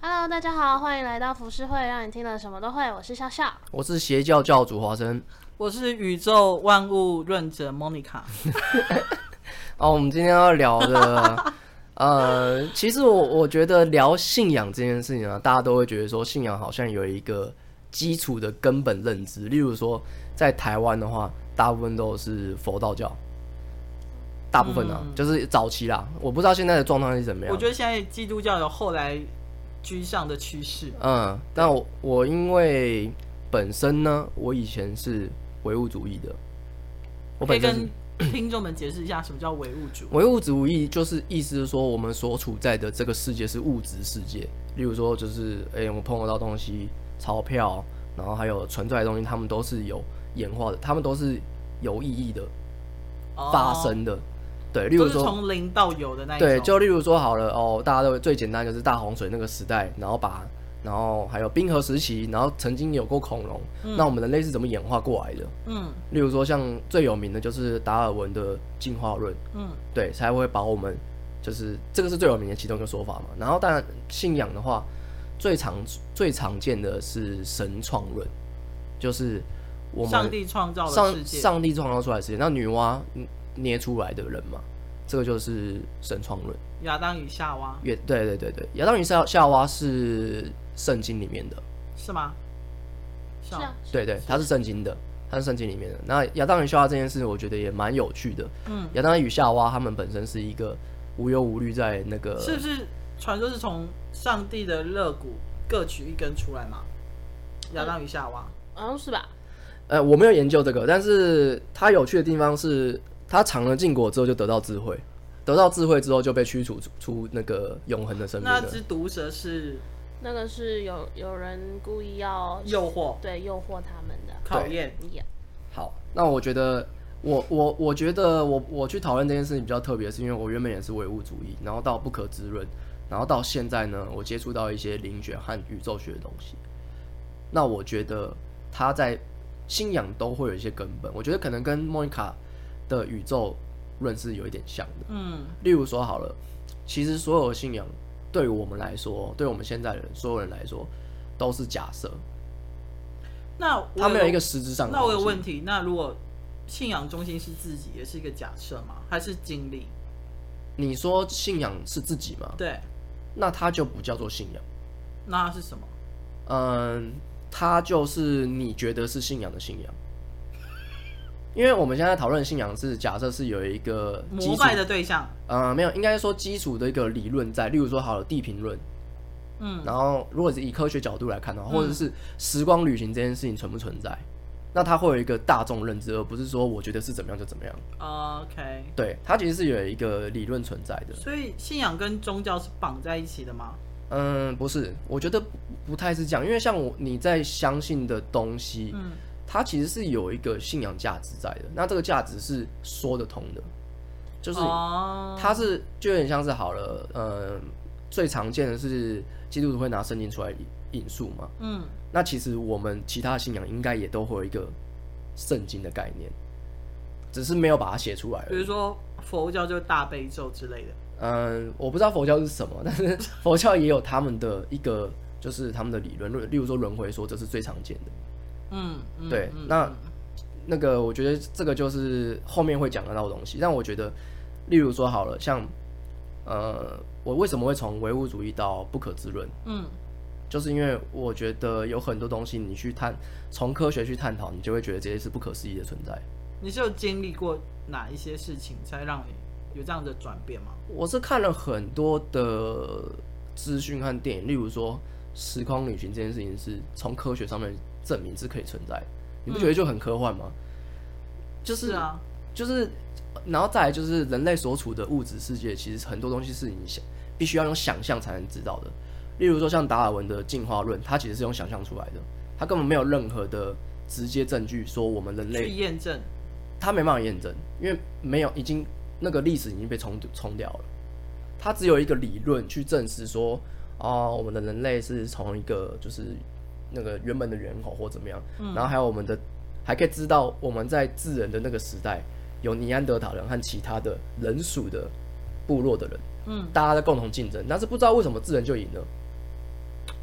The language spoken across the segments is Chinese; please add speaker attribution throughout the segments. Speaker 1: Hello，大家好，欢迎来到服饰会，让你听了什么都会。我是笑笑。
Speaker 2: 我是邪教教主华生。
Speaker 3: 我是宇宙万物润者 Monica，
Speaker 2: 哦，我们今天要聊的， 呃，其实我我觉得聊信仰这件事情啊，大家都会觉得说信仰好像有一个基础的根本认知，例如说在台湾的话，大部分都是佛道教，大部分呢、啊
Speaker 3: 嗯
Speaker 2: 就是早期啦，我不知道现在的状况是怎么样
Speaker 3: 我觉。得现在基督教有后来居上的趋势。
Speaker 2: 嗯，但我我因为本身呢，我以前是唯物主义的，我
Speaker 3: 可以
Speaker 2: 本身是
Speaker 3: 跟听众们解释一下什么叫唯物主义。
Speaker 2: 唯物主义就是意思是说，我们所处在的这个世界是物质世界，例如说就是，哎、我碰得到东西，钞票，然后还有存在的东西，它们都是有演化的，它们都是有意义的
Speaker 3: 哦
Speaker 2: 发，生的。对，例
Speaker 3: 就
Speaker 2: 如
Speaker 3: 是
Speaker 2: 说，
Speaker 3: 从零到有的那一种。
Speaker 2: 对，就例如说好了哦，大家都最简单就是大洪水那个时代，然后把，然后还有冰河时期，然后曾经有过恐龙，那我们人类是怎么演化过来的？
Speaker 3: 嗯
Speaker 2: 例如说像最有名的就是达尔文的进化论。
Speaker 3: 嗯，
Speaker 2: 对，才会把我们就是这个是最有名的其中一个说法嘛。然后当然信仰的话，最常最常见的是神创论，就是我
Speaker 3: 上
Speaker 2: 们
Speaker 3: 帝创造了世
Speaker 2: 上
Speaker 3: 界。
Speaker 2: 上帝创造出来的世界，那女娲嗯捏出来的人嘛，这个就是神创论。
Speaker 3: 亚当与夏娃
Speaker 2: 也对对对对，亚当与夏夏娃是圣经里面的，
Speaker 3: 是吗？是
Speaker 1: 是啊
Speaker 3: 啊，，
Speaker 2: 对对，它是圣经的，它是圣经里面的。那亚当与夏娃这件事，我觉得也蛮有趣的。
Speaker 3: 嗯，
Speaker 2: 亚当与夏娃他们本身是一个无忧无虑，在那个
Speaker 3: 是不是传说是从上帝的肋骨各取一根出来嘛？亚当与夏娃，
Speaker 1: 好像是吧？
Speaker 2: 呃，我没有研究这个，但是它有趣的地方是，它尝了禁果之后就得到智慧，得到智慧之后就被驱逐出出那个永恒的生命
Speaker 3: 那
Speaker 2: 了。
Speaker 3: 只毒蛇是
Speaker 1: 那个是有有人故意要
Speaker 3: 诱惑
Speaker 1: 对诱惑他们的。
Speaker 3: 考验。
Speaker 1: Yeah
Speaker 2: 好，那我觉得我我我觉得我我去讨论这件事情比较特别，是因为我原本也是唯物主义，然后到不可滋润，然后到现在呢，我接触到一些灵学和宇宙学的东西。那我觉得他在信仰都会有一些根本，我觉得可能跟莫妮卡的宇宙论是有一点像的。
Speaker 3: 嗯，
Speaker 2: 例如说好了，其实所有的信仰对于我们来说，对我们现在的人所有人来说，都是假设，
Speaker 3: 那我
Speaker 2: 它没有一个实质上的
Speaker 3: 那
Speaker 2: 东
Speaker 3: 我
Speaker 2: 西。
Speaker 3: 有问题，那如果信仰中心是自己，也是一个假设吗？还是经历？
Speaker 2: 你说信仰是自己吗？
Speaker 3: 对，
Speaker 2: 那它就不叫做信仰，
Speaker 3: 那是什么？
Speaker 2: 嗯，它就是你觉得是信仰的信仰。因为我们现在讨论信仰是假设是有一个基
Speaker 3: 膜
Speaker 2: 础，
Speaker 3: 拜的对象，
Speaker 2: 呃，没有，应该说基础的一个理论在，例如说好了地平论，
Speaker 3: 嗯，
Speaker 2: 然后如果是以科学角度来看的话，
Speaker 3: 嗯
Speaker 2: 或者是时光旅行这件事情存不存在，那它会有一个大众认知，而不是说我觉得是怎么样就怎么样。
Speaker 3: OK。
Speaker 2: 对，它其实是有一个理论存在的。
Speaker 3: 所以信仰跟宗教是绑在一起的吗？
Speaker 2: 嗯，不是，我觉得不不太是这样，因为像我你在相信的东西，
Speaker 3: 嗯，
Speaker 2: 它其实是有一个信仰价值在的，那这个价值是说得通的，就是
Speaker 3: 哦，
Speaker 2: 它是就有点像是好了，嗯，最常见的是基督徒会拿圣经出来引述嘛，
Speaker 3: 嗯，
Speaker 2: 那其实我们其他信仰应该也都会有一个圣经的概念，只是没有把它写出来而
Speaker 3: 比
Speaker 2: 已。
Speaker 3: 如说佛教就是大悲咒之类的，
Speaker 2: 嗯，我不知道佛教是什么，但 是佛教也有他们的一个，就是他们的理论，例例如说轮回说，这是最常见的。
Speaker 3: 嗯，嗯
Speaker 2: 对
Speaker 3: 嗯
Speaker 2: 那
Speaker 3: 嗯
Speaker 2: 那个我觉得这个就是后面会讲得到的东西。但我觉得，例如说好了，像呃，我为什么会从唯物主义到不可知论，
Speaker 3: 嗯，
Speaker 2: 就是因为我觉得有很多东西你去探，从科学去探讨，你就会觉得这些是不可思议的存在。
Speaker 3: 你是有经历过哪一些事情才让你有这样的转变吗？
Speaker 2: 我是看了很多的资讯和电影，例如说时空旅行这件事情是从科学上面证明是可以存在的，你不觉得
Speaker 3: 嗯
Speaker 2: 就很科幻吗？就是
Speaker 3: 啊，
Speaker 2: 就是，然后再来就是人类所处的物质世界，其实很多东西是你想必须要用想象才能知道的。例如说像达尔文的进化论，它其实是用想象出来的，它根本没有任何的直接证据说我们人类
Speaker 3: 去验证，
Speaker 2: 他没办法验证，因为没有已经那个历史已经被冲冲掉了，他只有一个理论去证实说，哦，我们的人类是从一个就是那个原本的猿猴或怎么样，然后还有我们的还可以知道我们在智人的那个时代有尼安德塔人和其他的人属的部落的人，
Speaker 3: 嗯，
Speaker 2: 大家在共同竞争，但是不知道为什么智人就赢了，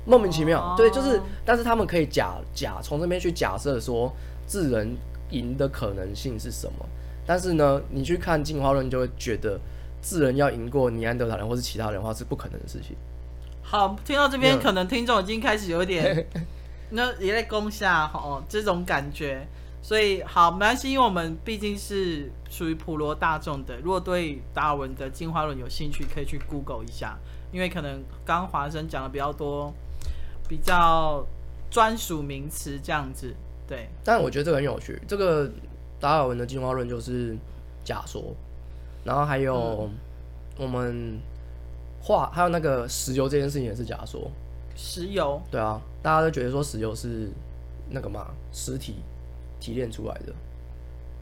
Speaker 2: 莫名其妙
Speaker 3: 哦。
Speaker 2: 对，就是，但是他们可以假假从这边去假设说智人赢的可能性是什么，但是呢，你去看进化论就会觉得智人要赢过尼安德塔人或是其他人的话是不可能的事情。
Speaker 3: 好，听到这边，
Speaker 2: 嗯
Speaker 3: 可能听众已经开始 有点，那也在攻下哦这种感觉。所以好，没关系，因为我们毕竟是属于普罗大众的。如果对达尔文的进化论有兴趣，可以去 Google 一下，因为可能刚刚华生讲的比较多，比较专属名词这样子。对，
Speaker 2: 但我觉得这个很有趣，这个达尔文的进化论就是假说，然后还有我们化，还有那个石油这件事情也是假说。
Speaker 3: 石油
Speaker 2: 对啊，大家都觉得说石油是那个嘛实体提炼出来的，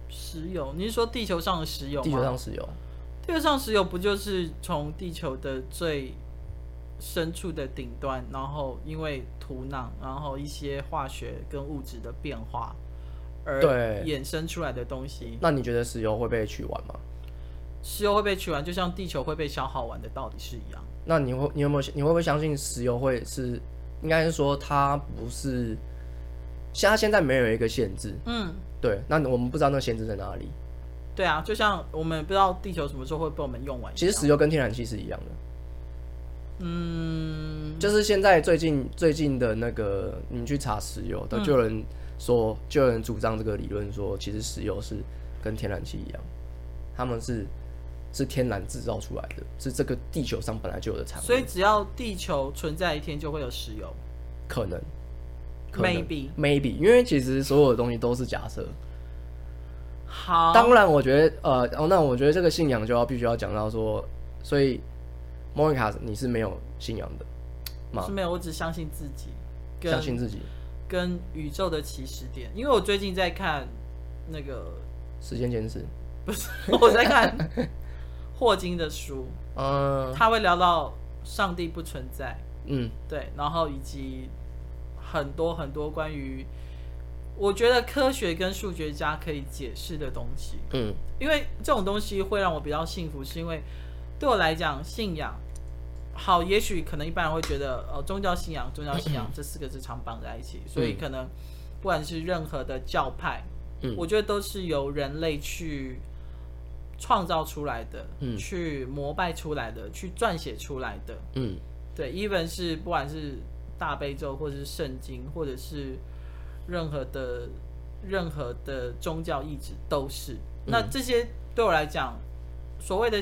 Speaker 3: 石油，你是说地球上的石油吗？
Speaker 2: 地球上石油。
Speaker 3: 地球上石油不就是从地球的最深处的顶端，然后因为土壤，然后一些化学跟物质的变化而
Speaker 2: 对
Speaker 3: 衍生出来的东西？
Speaker 2: 那你觉得石油会被取完吗？
Speaker 3: 石油会被取完，就像地球会被消耗完的道理是一样。
Speaker 2: 那你会你有没有你会不会相信石油会是应该是说它不是，像它现在没有一个限制，
Speaker 3: 嗯，
Speaker 2: 对，那我们不知道那个限制在哪里。
Speaker 3: 对啊，就像我们不知道地球什么时候会被我们用完一样。
Speaker 2: 其实石油跟天然气是一样的，
Speaker 3: 嗯，
Speaker 2: 就是现在最近最近的那个你去查石油，
Speaker 3: 嗯
Speaker 2: 都就有人说就有人主张这个理论说，其实石油是跟天然气一样，他们是是天然制造出来的，是这个地球上本来就有的产物，
Speaker 3: 所以只要地球存在一天，就会有石油。
Speaker 2: 可能。可能
Speaker 3: Maybe
Speaker 2: maybe，因为其实所有的东西都是假设。
Speaker 3: 好，
Speaker 2: 当然，我觉得呃，哦，那我觉得这个信仰就要必须要讲到说，所以莫妮卡你是没有信仰的嘛
Speaker 3: 是？没有，我只相信自己，跟
Speaker 2: 相信自己，
Speaker 3: 跟宇宙的起始点，因为我最近在看那个，
Speaker 2: 时间监视，
Speaker 3: 不是我在看霍金的书，
Speaker 2: 嗯
Speaker 3: 他会聊到上帝不存在，
Speaker 2: 嗯，
Speaker 3: 对，然后以及很多很多关于我觉得科学跟数学家可以解释的东西，
Speaker 2: 嗯，
Speaker 3: 因为这种东西会让我比较幸福，是因为对我来讲，信仰好，也许可能一般人会觉得，呃，宗教信仰、宗教信 仰这四个字常绑在一起，所以
Speaker 2: 嗯
Speaker 3: 可能不管是任何的教派，
Speaker 2: 嗯
Speaker 3: 我觉得都是由人类去创造出来的，
Speaker 2: 嗯
Speaker 3: 去膜拜出来的，去撰写出来的。
Speaker 2: 嗯
Speaker 3: 对，even 是不管是大悲咒，或者是圣经，或者是任何的任何的宗教意志都是。那这些对我来讲，所谓的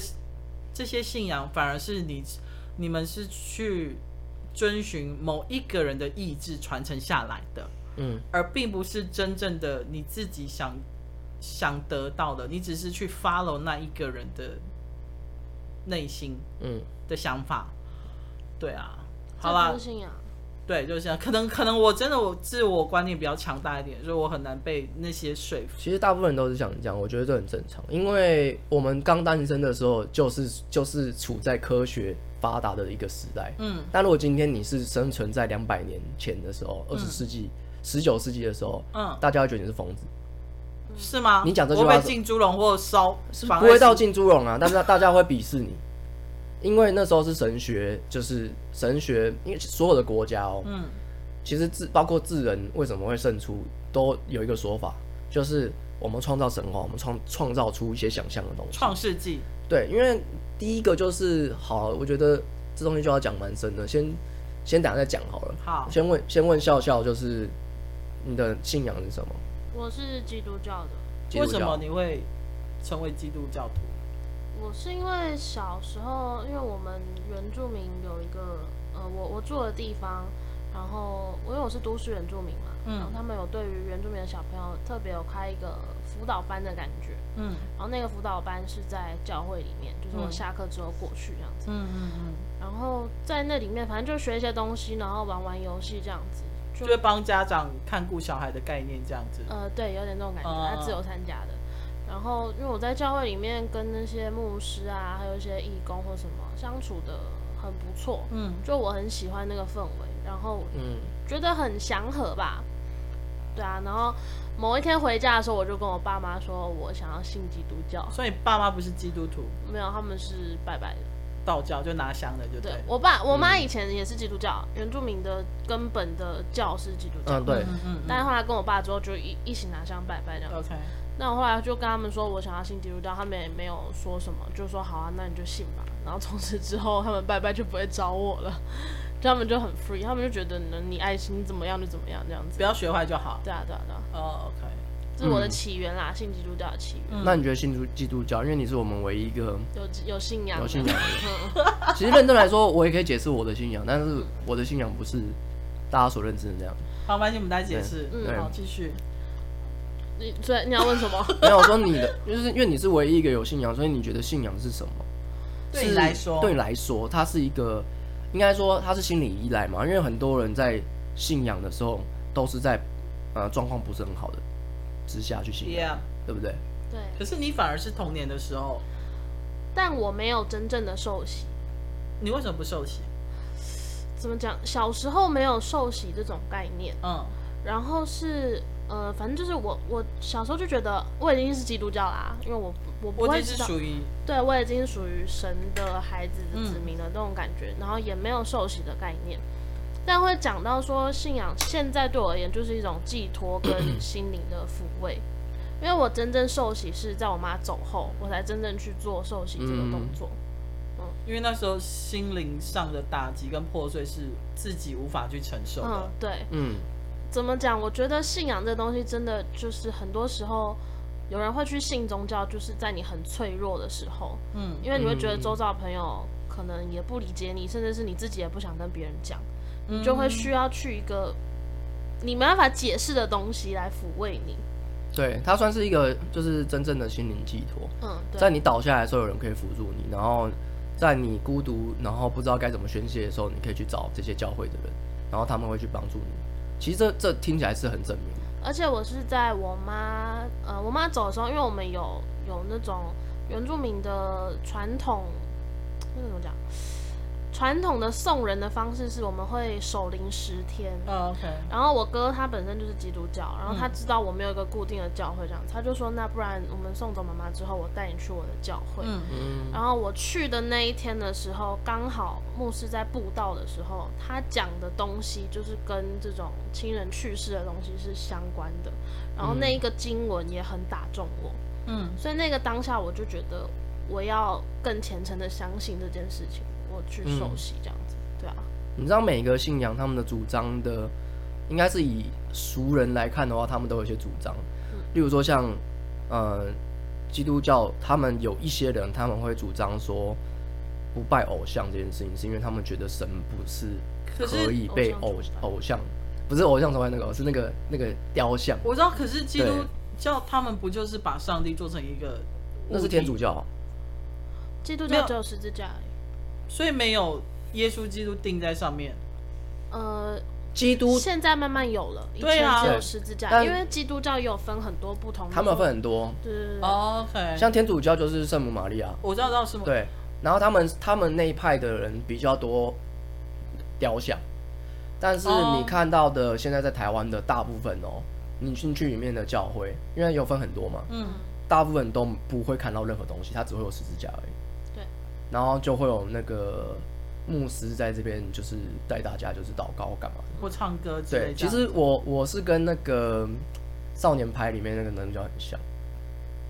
Speaker 3: 这些信仰，反而是你你们是去遵循某一个人的意志传承下来的，
Speaker 2: 嗯
Speaker 3: 而并不是真正的你自己想想得到的。你只是去 follow 那一个人的内心。
Speaker 2: 嗯，
Speaker 3: 的想法。对啊，好
Speaker 1: 这
Speaker 3: 啦
Speaker 1: 就是，信仰。啊
Speaker 3: 对，就是这样。可能可能我真的我自我观念比较强大一点，所以我很难被那些说服。
Speaker 2: 其实大部分人都是想这样，我觉得这很正常，因为我们刚诞生的时候就是就是处在科学发达的一个时代，
Speaker 3: 嗯，
Speaker 2: 但如果今天你是生存在两百年前的时候，二十世纪、十九世纪的时候，
Speaker 3: 嗯，
Speaker 2: 大家会觉得你是疯子，
Speaker 3: 是吗？
Speaker 2: 你讲这句
Speaker 3: 我
Speaker 2: 话
Speaker 3: 被进猪笼或烧，
Speaker 2: 是
Speaker 3: 妨
Speaker 2: 不
Speaker 3: 碍
Speaker 2: 会到
Speaker 3: 死
Speaker 2: 进猪笼啊，但是大家会鄙视你，因为那时候是神学，就是神学，因为所有的国家哦，
Speaker 3: 嗯
Speaker 2: 其实智包括智人为什么会胜出，都有一个说法，就是我们创造神话，我们创创造出一些想象的东西。
Speaker 3: 创世纪，
Speaker 2: 对，因为第一个就是好，我觉得这东西就要讲蛮深的，先先等下再讲好了。
Speaker 3: 好，
Speaker 2: 先问先问笑笑，就是你的信仰是什么？
Speaker 1: 我是基督教的，
Speaker 2: 基督
Speaker 3: 为什
Speaker 2: 教
Speaker 3: 么你会成为基督教徒？
Speaker 1: 我是因为小时候，因为我们原住民有一个呃，我我住的地方，然后因为我是都市原住民嘛，
Speaker 3: 嗯
Speaker 1: 然后他们有对于原住民的小朋友特别有开一个辅导班的感觉，
Speaker 3: 嗯
Speaker 1: 然后那个辅导班是在教会里面，就是我
Speaker 3: 嗯
Speaker 1: 下课之后过去这样子，
Speaker 3: 嗯嗯嗯，
Speaker 1: 然后在那里面反正就学一些东西，然后玩玩游戏这样子，就
Speaker 3: 就会帮家长看顾小孩的概念这样子。
Speaker 1: 呃，对，有点那种感觉，
Speaker 3: 哦
Speaker 1: 他自由参加的。然后，因为我在教会里面跟那些牧师啊，还有一些义工或什么相处的很不错，
Speaker 3: 嗯
Speaker 1: 就我很喜欢那个氛围，然后
Speaker 2: 嗯
Speaker 1: 觉得很祥和吧。对啊，然后某一天回家的时候，我就跟我爸妈说，我想要信基督教。
Speaker 3: 所以爸妈不是基督徒，
Speaker 1: 没有，他们是拜拜的。
Speaker 3: 道教，就拿香的就
Speaker 1: 对
Speaker 3: 对了。
Speaker 1: 我爸我
Speaker 2: 嗯
Speaker 1: 妈以前也是基督教，原住民的根本的教是基督教，
Speaker 2: 嗯，对，
Speaker 3: 嗯嗯
Speaker 1: 但是后来跟我爸之后就一一起拿香拜拜这样
Speaker 3: 嗯。OK，
Speaker 1: 那我后来就跟他们说我想要信基督教，他们也没有说什么，就说好啊，那你就信吧。然后从此之后，他们拜拜就不会找我了，就他们就很 free，他们就觉得呢，你爱心怎么样就怎么样这样子
Speaker 3: 不。要学坏就好。
Speaker 1: 对啊，对啊，对啊，
Speaker 3: 哦，OK，
Speaker 1: 这是我
Speaker 2: 嗯
Speaker 1: 的起源啦，信基督教的起源，
Speaker 2: 那你觉得信基督教？因为你是我们唯一一个
Speaker 1: 有有信仰的，
Speaker 2: 有信仰
Speaker 1: 嗯，
Speaker 2: 其实认真来说，我也可以解释我的信仰，但是我的信仰不是大家所认知的这 样。
Speaker 3: 好，关系我们再解释。
Speaker 1: 嗯
Speaker 3: 好，继续。
Speaker 1: 你所以你要问什么？
Speaker 2: 没有我说你的，就是因为你是唯一一个有信仰，所以你觉得信仰是什么？
Speaker 3: 对你
Speaker 2: 是
Speaker 3: 来说
Speaker 2: 对你来说，它是一个，应该说它是心理依赖嘛。因为很多人在信仰的时候，都是在呃状况不是很好的之下去信仰
Speaker 3: Yeah，
Speaker 2: 对不对？
Speaker 1: 对，
Speaker 3: 可是你反而是童年的时候，
Speaker 1: 但我没有真正的受洗。
Speaker 3: 你为什么不受洗？
Speaker 1: 怎么讲？小时候没有受洗这种概念，
Speaker 3: 嗯
Speaker 1: 然后是呃，反正就是我我小时候就觉得我已经是基督教啦，因为我不我不
Speaker 3: 我
Speaker 1: 会
Speaker 3: 只
Speaker 1: 知
Speaker 3: 是
Speaker 1: 道，
Speaker 3: 属于
Speaker 1: 对我已经属于神的孩子的子民的那种感觉，然后也没有受洗的概念。但会讲到说信仰，现在对我而言就是一种寄托跟心灵的抚慰，因为我真正受洗是在我妈走后，我才真正去做受洗这个动作。
Speaker 3: 因为那时候心灵上的打击跟破碎是自己无法去承受
Speaker 1: 嗯
Speaker 3: 的。，
Speaker 1: 对，
Speaker 2: 嗯，
Speaker 1: 怎么讲？我觉得信仰这东西真的就是很多时候，有人会去信宗教，就是在你很脆弱的时候，
Speaker 3: 嗯
Speaker 1: 因为你会觉得
Speaker 2: 嗯
Speaker 1: 周遭的朋友可能也不理解你，甚至是你自己也不想跟别人讲，你就会需要去一个你没办法解释的东西来抚慰你。
Speaker 2: 对，它算是一个就是真正的心灵寄托，
Speaker 1: 嗯，
Speaker 2: 在
Speaker 1: 对，
Speaker 2: 你倒下来的时候，有人可以辅助你，然后在你孤独，然后不知道该怎么宣泄的时候，你可以去找这些教会的人，然后他们会去帮助你。其实这这听起来是很正面的。
Speaker 1: 而且我是在我妈呃我妈走的时候，因为我们有有那种原住民的传统，那怎么讲？传统的送人的方式是我们会守灵十天，
Speaker 2: 嗯
Speaker 3: 哦 OK，
Speaker 1: 然后我哥他本身就是基督教，然后他知道我没有一个固定的教会这样子，他就说那不然我们送走妈妈之后，我带你去我的教会。
Speaker 3: 嗯
Speaker 2: 嗯
Speaker 1: 然后我去的那一天的时候，刚好牧师在布道的时候，他讲的东西就是跟这种亲人去世的东西是相关的，
Speaker 2: 嗯
Speaker 1: 然后那一个经文也很打中我，
Speaker 3: 嗯，
Speaker 1: 所以那个当下我就觉得我要更虔诚的相信这件事情，我去受洗这样子，
Speaker 2: 嗯
Speaker 1: 对啊，
Speaker 2: 你知道每个信仰他们的主张的，应该是以俗人来看的话，他们都有一些主张，例如说像呃基督教，他们有一些人他们会主张说不拜偶像这件事情，是因为他们觉得神不是
Speaker 3: 可是
Speaker 2: 可以被
Speaker 1: 偶
Speaker 2: 偶
Speaker 1: 像崇拜
Speaker 2: 偶像，不是偶像崇拜那个，是那个那个雕像，
Speaker 3: 我知道。可是基督
Speaker 2: 对
Speaker 3: 教他们不就是把上帝做成一个物体
Speaker 2: 那是天主，教，
Speaker 1: 基督
Speaker 3: 没
Speaker 1: 教
Speaker 3: 有
Speaker 1: 只有十字架而已，
Speaker 3: 所以没有耶稣基督钉在上面。
Speaker 1: 呃，
Speaker 2: 基督
Speaker 1: 现在慢慢有了，以
Speaker 3: 对
Speaker 1: 前
Speaker 3: 啊
Speaker 1: 只有十字架，
Speaker 2: 但
Speaker 1: 因为基督教也有分很多不同的，
Speaker 2: 他们有分很哦多，
Speaker 1: 对对对对
Speaker 3: 哦 OK，
Speaker 2: 像天主教就是圣母玛利亚，
Speaker 3: 我知道，知道是吗？
Speaker 2: 对，然后他们他们那一派的人比较多雕像，但是
Speaker 3: 哦
Speaker 2: 你看到的现在在台湾的大部分哦，你进去里面的教会，因为有分很多嘛，
Speaker 3: 嗯，
Speaker 2: 大部分都不会看到任何东西，它只会有十字架而已，
Speaker 1: 对，
Speaker 2: 然后就会有那个牧师在这边就是带大家就是祷告干嘛的。
Speaker 3: 或唱歌之
Speaker 2: 对
Speaker 3: 类，这
Speaker 2: 其
Speaker 3: 样。
Speaker 2: 实我我是跟那个少年派里面那个男主角很像，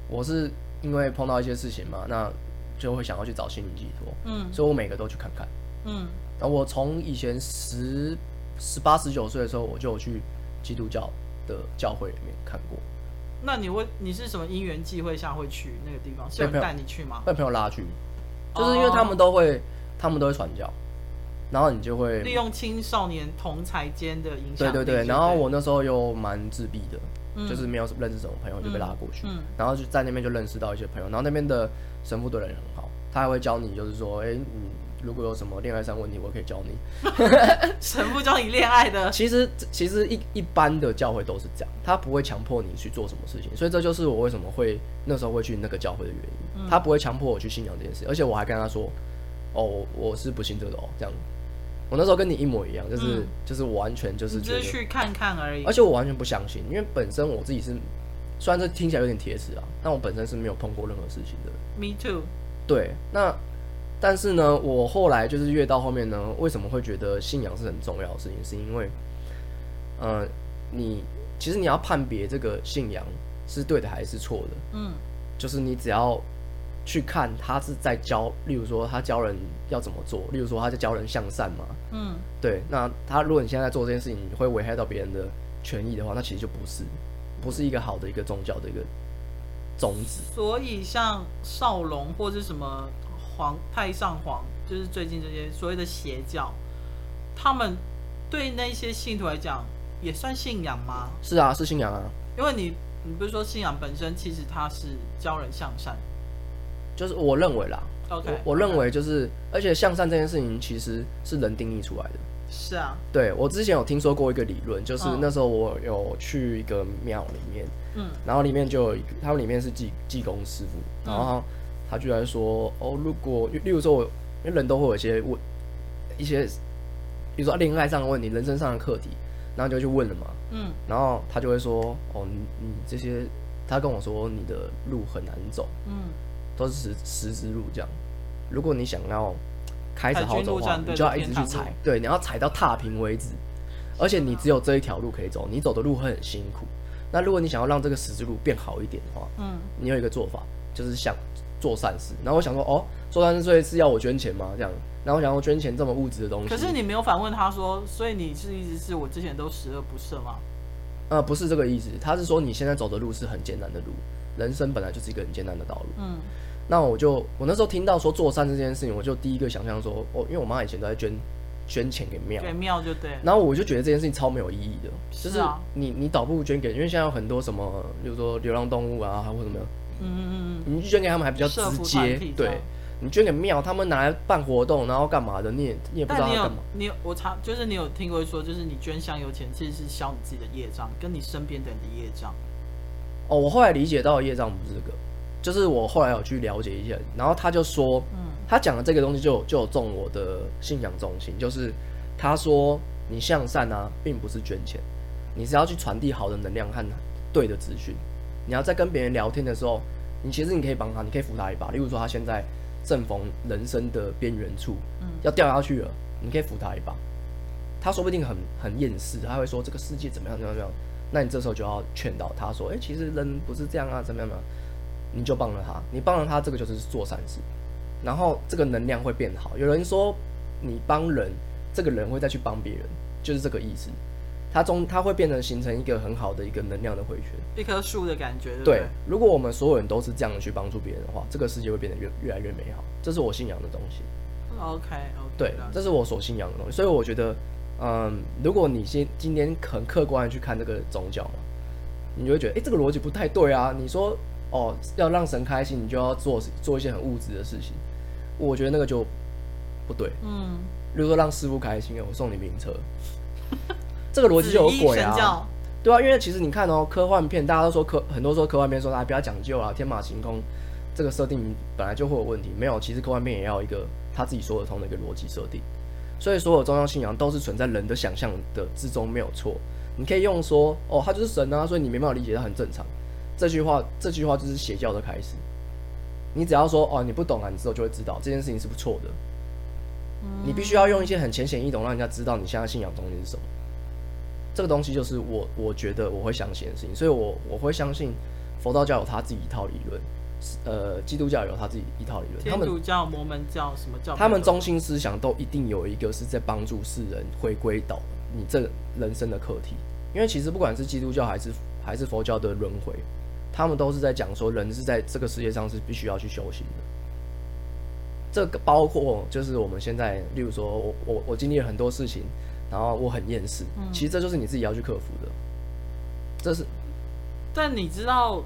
Speaker 2: 我是因为碰到一些事情嘛，那就会想要去找心理寄托。
Speaker 3: 嗯
Speaker 2: 所以我每个都去看看。
Speaker 3: 嗯
Speaker 2: 然后我从以前十十八十九岁的时候，我就有去基督教的教会里面看过，
Speaker 3: 那你会你是什么因缘际会下会去那个地方？是有
Speaker 2: 没
Speaker 3: 人
Speaker 2: 有
Speaker 3: 带你去吗？
Speaker 2: 被朋友拉去，就是
Speaker 3: 哦
Speaker 2: 因为他们都会，他们都会传教，然后你就会，
Speaker 3: 利用青少年同才间的影响
Speaker 2: 对
Speaker 3: 力。
Speaker 2: 对
Speaker 3: 对
Speaker 2: 对，
Speaker 3: 不
Speaker 2: 然后我那时候又蛮自闭的，
Speaker 3: 嗯
Speaker 2: 就是没有认识什么朋友就被拉过去，
Speaker 3: 嗯
Speaker 2: 然后就在那边就认识到一些朋友，然后那边的神父对人也很好，他还会教你，就是说，哎，你如果有什么恋爱上问题，我可以教你。
Speaker 3: 神父教你恋爱 的，
Speaker 2: 其实其实一一般的教会都是这样，他不会强迫你去做什么事情，所以这就是我为什么会那时候会去那个教会的原因。
Speaker 3: 嗯
Speaker 2: 他不会强迫我去信仰这件事，而且我还跟他说，哦，我我是不信这个哦，这样。我那时候跟你一模一样，就是、
Speaker 3: 嗯
Speaker 2: 就是我完全就是
Speaker 3: 你
Speaker 2: 觉
Speaker 3: 只
Speaker 2: 得
Speaker 3: 是，去看看而已
Speaker 2: 而。且我完全不相信，因为本身我自己是，虽然这听起来有点铁齿啊，但我本身是没有碰过任何事情的人。
Speaker 3: Me too。
Speaker 2: 对，那但是呢，我后来就是越到后面呢，为什么会觉得信仰是很重要的事情？是因为，呃，你其实你要判别这个信仰是对的还是错的，
Speaker 3: 嗯
Speaker 2: 就是你只要去看他是在教，例如说他教人要怎么做，例如说他在教人向善嘛，
Speaker 3: 嗯
Speaker 2: 对，那他如果你现在在做这件事情，你会危害到别人的权益的话，那其实就不是，不是一个好的一个宗教的一个宗旨。
Speaker 3: 所以像少龙或是什么皇太上皇，就是最近这些所谓的邪教，他们对那些信徒来讲也算信仰吗？
Speaker 2: 是啊，是信仰啊，
Speaker 3: 因为你你不是说信仰本身其实它是教人向善
Speaker 2: 就是我认为啦
Speaker 3: ，OK？
Speaker 2: 我我认为就是，而且向善这件事情其实是人定义出来的。
Speaker 3: 是啊，
Speaker 2: 对我之前有听说过一个理论，就是
Speaker 3: 嗯
Speaker 2: 那时候我有去一个庙里面，
Speaker 3: 嗯
Speaker 2: 然后里面就有一个，他们里面是技技工师傅，
Speaker 3: 嗯
Speaker 2: 然后他他居然说，哦，如果例如说我，因为人都会有一些问一些，比如说恋爱上的问题、人生上的课题，然后就去问了嘛，
Speaker 3: 嗯
Speaker 2: 然后他就会说，哦，你你这些，他跟我说你的路很难走，
Speaker 3: 嗯，
Speaker 2: 都是十十字路这样，如果你想要开始好走的
Speaker 3: 海军陆
Speaker 2: 话
Speaker 3: 战，队
Speaker 2: 你就要一直
Speaker 3: 的
Speaker 2: 去
Speaker 3: 天堂路
Speaker 2: 踩，对，你要踩到踏平为止，而且你只有这一条路可以走，你走的路会很辛苦。那如果你想要让这个十字路变好一点的话，
Speaker 3: 嗯，
Speaker 2: 你有一个做法，就是想做善事。然后我想说，哦，做善事是要我捐钱吗？这样，然后我想要捐钱这么物质的东西，
Speaker 3: 可是你没有反问他说，所以你是一直是我之前都十恶不赦吗？
Speaker 2: 呃，不是这个意思，他是说你现在走的路是很艰难的路，人生本来就是一个很艰难的道路。
Speaker 3: 嗯
Speaker 2: 那我就我那时候听到说做善这件事情，我就第一个想象说，哦，因为我妈以前都在捐捐钱给庙，
Speaker 3: 对，妙就对，
Speaker 2: 然后我就觉得这件事情超没有意义的，就是
Speaker 3: 啊
Speaker 2: 你你倒不如捐给，因为现在有很多什么，比如说流浪动物啊或什么的，
Speaker 3: 嗯嗯嗯嗯，
Speaker 2: 你去捐给他们还比较直
Speaker 3: 社服团
Speaker 2: 接
Speaker 3: 体，这
Speaker 2: 对
Speaker 3: 样。
Speaker 2: 你捐给庙，他们拿来办活动，然后干嘛的？你也你也不知道他
Speaker 3: 但你
Speaker 2: 干
Speaker 3: 有
Speaker 2: 嘛。
Speaker 3: 你有我查，就是你有听过说，就是你捐香油钱其实是消你自己的业障，跟你身边的人的业障。
Speaker 2: 哦，我后来理解到的业障不是这个，就是我后来有去了解一下，然后他就说，
Speaker 3: 嗯
Speaker 2: 他讲的这个东西就有就有中我的信仰中心，就是他说你向善啊，并不是捐钱，你是要去传递好的能量和对的资讯。你要在跟别人聊天的时候，你其实你可以帮他，你可以扶他一把。例如说他现在正逢人生的边缘处，
Speaker 3: 嗯
Speaker 2: 要掉下去了，你可以扶他一把。他说不定很很厌世，他会说这个世界怎么样怎么样怎么样。那你这时候就要劝导他说，哎、其实人不是这样啊，怎么样怎么样。你就帮了他，你帮了他，这个就是做善事。然后这个能量会变好。有人说你帮人，这个人会再去帮别人，就是这个意思。它中它会变成形成一个很好的一个能量的回圈。
Speaker 3: 一棵树的感觉，对不
Speaker 2: 对，如果我们所有人都是这样去帮助别人的话，这个世界会变得越越来越美好。这是我信仰的东西。
Speaker 3: o k OK，
Speaker 2: 对，这是我所信仰的东西。所以我觉得，嗯，如果你先今天很客观的去看这个宗教嘛，你就会觉得，哎、这个逻辑不太对啊。你说，哦，要让神开心，你就要做做一些很物质的事情，我觉得那个就不对。
Speaker 3: 嗯，
Speaker 2: 比如说让师傅开心，我送你名车，这个逻辑
Speaker 3: 子
Speaker 2: 就有
Speaker 3: 衣
Speaker 2: 鬼
Speaker 3: 神
Speaker 2: 啊。
Speaker 3: 教，
Speaker 2: 对啊，因为其实你看哦，科幻片大家都说科，很多时候科幻片说啊不要讲究啊，天马行空这个设定本来就会有问题。没有，其实科幻片也要一个他自己说得通的一个逻辑设定。所以所有宗教信仰都是存在人的想象的之中，没有错。你可以用说哦，他就是神啊，所以你没办法理解他很正常。这句话，这句话就是邪教的开始。你只要说哦，你不懂啊，你之后就会知道这件事情是不错的。你必须要用一些很浅显易懂，让人家知道你现在信仰东西是什么。这个东西就是我我觉得我会相信的事情，所以我我会相信佛道教有他自己一套理论，呃，基督教有他自己一套理论，他
Speaker 3: 天
Speaker 2: 们
Speaker 3: 主教、摩门教什么教？
Speaker 2: 他们中心思想都一定有一个是在帮助世人回归到你这个人生的课题，因为其实不管是基督教还是还是佛教的轮回，他们都是在讲说人是在这个世界上是必须要去修行的。这个包括就是我们现在，例如说我我我经历了很多事情，然后我很厌世，其实这就是你自己要去克服的。这是
Speaker 3: 但你知道，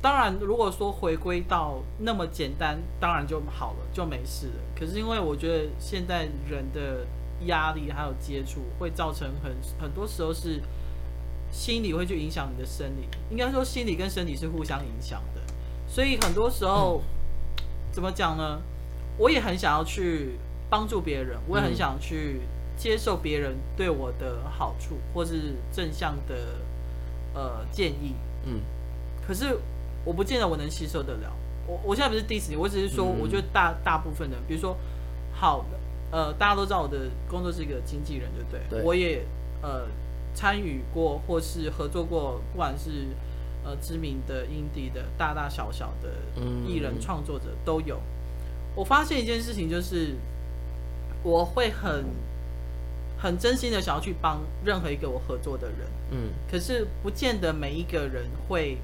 Speaker 3: 当然，如果说回归到那么简单，当然就好了，就没事了。可是因为我觉得现在人的压力还有接触，会造成很很多时候是心理会去影响你的生理，应该说心理跟身体是互相影响的。所以很多时候，怎么讲呢？我也很想要去帮助别人，我也很想去接受别人对我的好处或是正向的呃建议。
Speaker 2: 嗯
Speaker 3: 可是我不见得我能吸收得了。我我现在不是 diss 你，我只是说，
Speaker 2: 嗯
Speaker 3: 我觉得大、大部分的人，比如说，好，呃，大家都知道我的工作是一个经纪人，对不对？
Speaker 2: 对
Speaker 3: 我也呃参与过或是合作过，不管是呃知名的 indie 的大大小小的
Speaker 2: 嗯
Speaker 3: 艺人创作者都有。我发现一件事情，就是我会很很真心的想要去帮任何一个我合作的人，
Speaker 2: 嗯
Speaker 3: 可是不见得每一个人会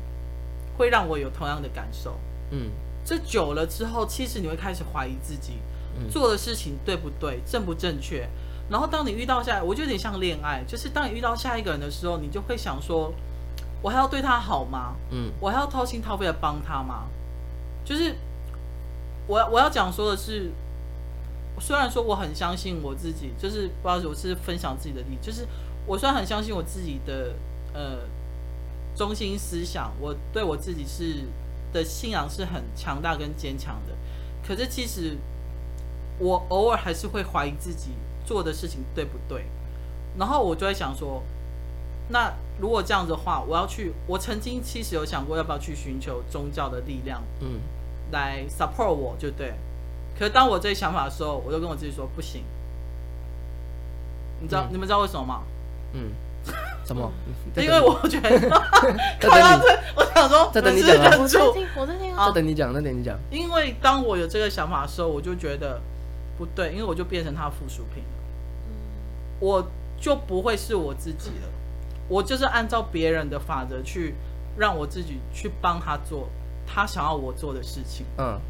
Speaker 3: 会让我有同样的感受。
Speaker 2: 嗯
Speaker 3: 这久了之后，其实你会开始怀疑自己
Speaker 2: 嗯
Speaker 3: 做的事情对不对、正不正确。然后当你遇到下，我就有点像恋爱，就是当你遇到下一个人的时候，你就会想说，我还要对他好吗？
Speaker 2: 嗯
Speaker 3: 我还要掏心掏肺的帮他吗？就是我我要讲说的是，虽然说我很相信我自己，就是不好意思，我是分享自己的例子，就是我虽然很相信我自己的呃中心思想，我对我自己是的信仰是很强大跟坚强的，可是其实我偶尔还是会怀疑自己做的事情对不对，然后我就会想说，那如果这样子的话，我要去，我曾经其实有想过要不要去寻求宗教的力量
Speaker 2: 嗯
Speaker 3: 来 support 我，就对。可是当我这些想法的时候，我就跟我自己说不行。你知道、
Speaker 2: 嗯
Speaker 3: 你们知道为什么吗？
Speaker 2: 嗯，什么？
Speaker 3: 因为我觉得
Speaker 2: 在
Speaker 3: 快要
Speaker 2: 等
Speaker 3: 这， 我想说，
Speaker 2: 啊在等你
Speaker 3: 忍
Speaker 2: 讲啊
Speaker 1: 我
Speaker 3: 不
Speaker 1: 在
Speaker 3: 住，
Speaker 1: 听，我在听
Speaker 2: 你，
Speaker 1: 啊
Speaker 2: 再。等你讲，再等你讲。
Speaker 3: 因为当我有这个想法的时候，我就觉得不对，因为我就变成他的附属品了，
Speaker 1: 嗯
Speaker 3: 我就不会是我自己了，我就是按照别人的法则去让我自己去帮他做他想要我做的事情。
Speaker 2: 嗯，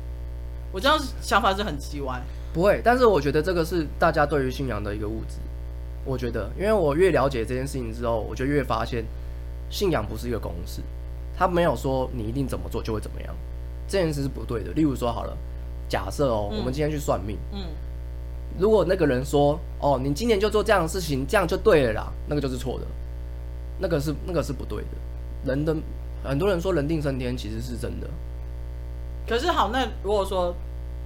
Speaker 3: 我这样想法是很奇怪，
Speaker 2: 不会，但是我觉得这个是大家对于信仰的一个物质。我觉得，因为我越了解这件事情之后，我就越发现，信仰不是一个公式，它没有说你一定怎么做就会怎么样，这件事是不对的。例如说好了，假设哦，
Speaker 3: 嗯
Speaker 2: 我们今天去算命，
Speaker 3: 嗯，
Speaker 2: 如果那个人说哦，你今年就做这样的事情，这样就对了啦，那个就是错的，那个是那个是不对的。人的很多人说人定胜天，其实是真的。
Speaker 3: 可是好，那如果说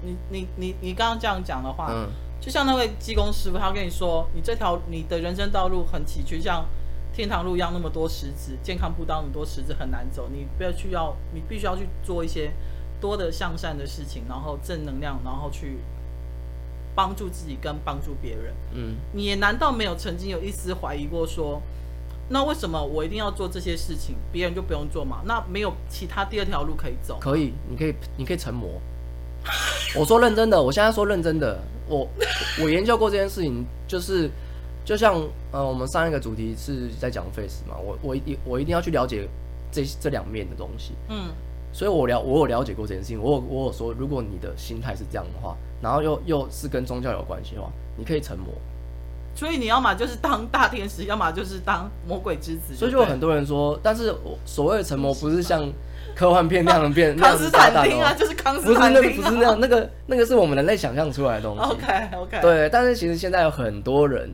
Speaker 3: 你你你你刚刚这样讲的话，
Speaker 2: 嗯
Speaker 3: 就像那位技工师傅，他跟你说，你这条你的人生道路很崎岖，像天堂路一样那么多石子，健康步道那么多石子很难走，你不要去要，你必须要去做一些多的向善的事情，然后正能量，然后去帮助自己跟帮助别人。
Speaker 2: 嗯
Speaker 3: 你也难道没有曾经有一丝怀疑过说，那为什么我一定要做这些事情，别人就不用做嘛？那没有其他第二条路可以走？
Speaker 2: 可以，你可以，你可以成魔。我说认真的，我现在说认真的，我我研究过这件事情，就是就像呃，我们上一个主题是在讲 face 嘛，我我一定我一定要去了解这这两面的东西，
Speaker 3: 嗯
Speaker 2: 所以我了我有了解过这件事情，我有我有说，如果你的心态是这样的话，然后又又是跟宗教有关系的话，你可以成魔。，
Speaker 3: 所以你要么就是当大天使，要么就是当魔鬼之子。
Speaker 2: 所以就
Speaker 3: 对
Speaker 2: 有很多人说，但是我所谓的成魔不是像科幻片那样的变那
Speaker 3: 康
Speaker 2: 样
Speaker 3: 斯
Speaker 2: 子炸
Speaker 3: 坦
Speaker 2: 弹
Speaker 3: 丁啊，
Speaker 2: 哦，
Speaker 3: 就是康
Speaker 2: 不
Speaker 3: 斯
Speaker 2: 是哦
Speaker 3: 坦
Speaker 2: 那个
Speaker 3: 丁、
Speaker 2: 不是那样，那个那个是我们人类想象出来的东西。
Speaker 3: OK OK，，
Speaker 2: 对，但是其实现在有很多人，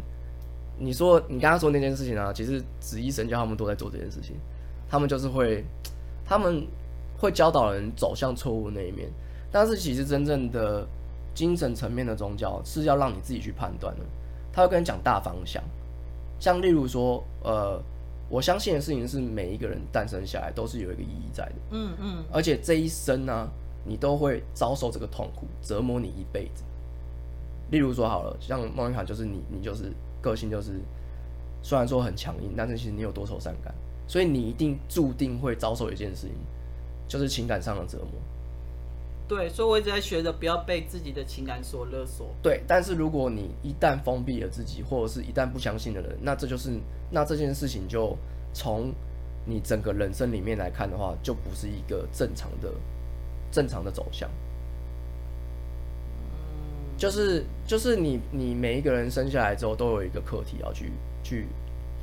Speaker 2: 你说你刚刚说那件事情啊，其实紫衣神教他们都在做这件事情，他们就是会，他们会教导人走向错误那一面，但是其实真正的精神层面的宗教是要让你自己去判断的，他会跟你讲大方向，像例如说，呃，我相信的事情是每一个人诞生下来都是有一个意义在的，
Speaker 3: 嗯嗯，
Speaker 2: 而且这一生呢、你都会遭受这个痛苦，折磨你一辈子。例如说好了，像孟云卡就是你，你就是个性就是，虽然说很强硬，但是其实你有多愁善感，所以你一定注定会遭受一件事情，就是情感上的折磨。
Speaker 3: 对，所以我一直在学着不要被自己的情感所勒索。
Speaker 2: 对，但是如果你一旦封闭了自己，或者是一旦不相信的人，那这就是那这件事情就从你整个人生里面来看的话，就不是一个正常的正常的走向。就是就是你你每一个人生下来之后都有一个课题要去去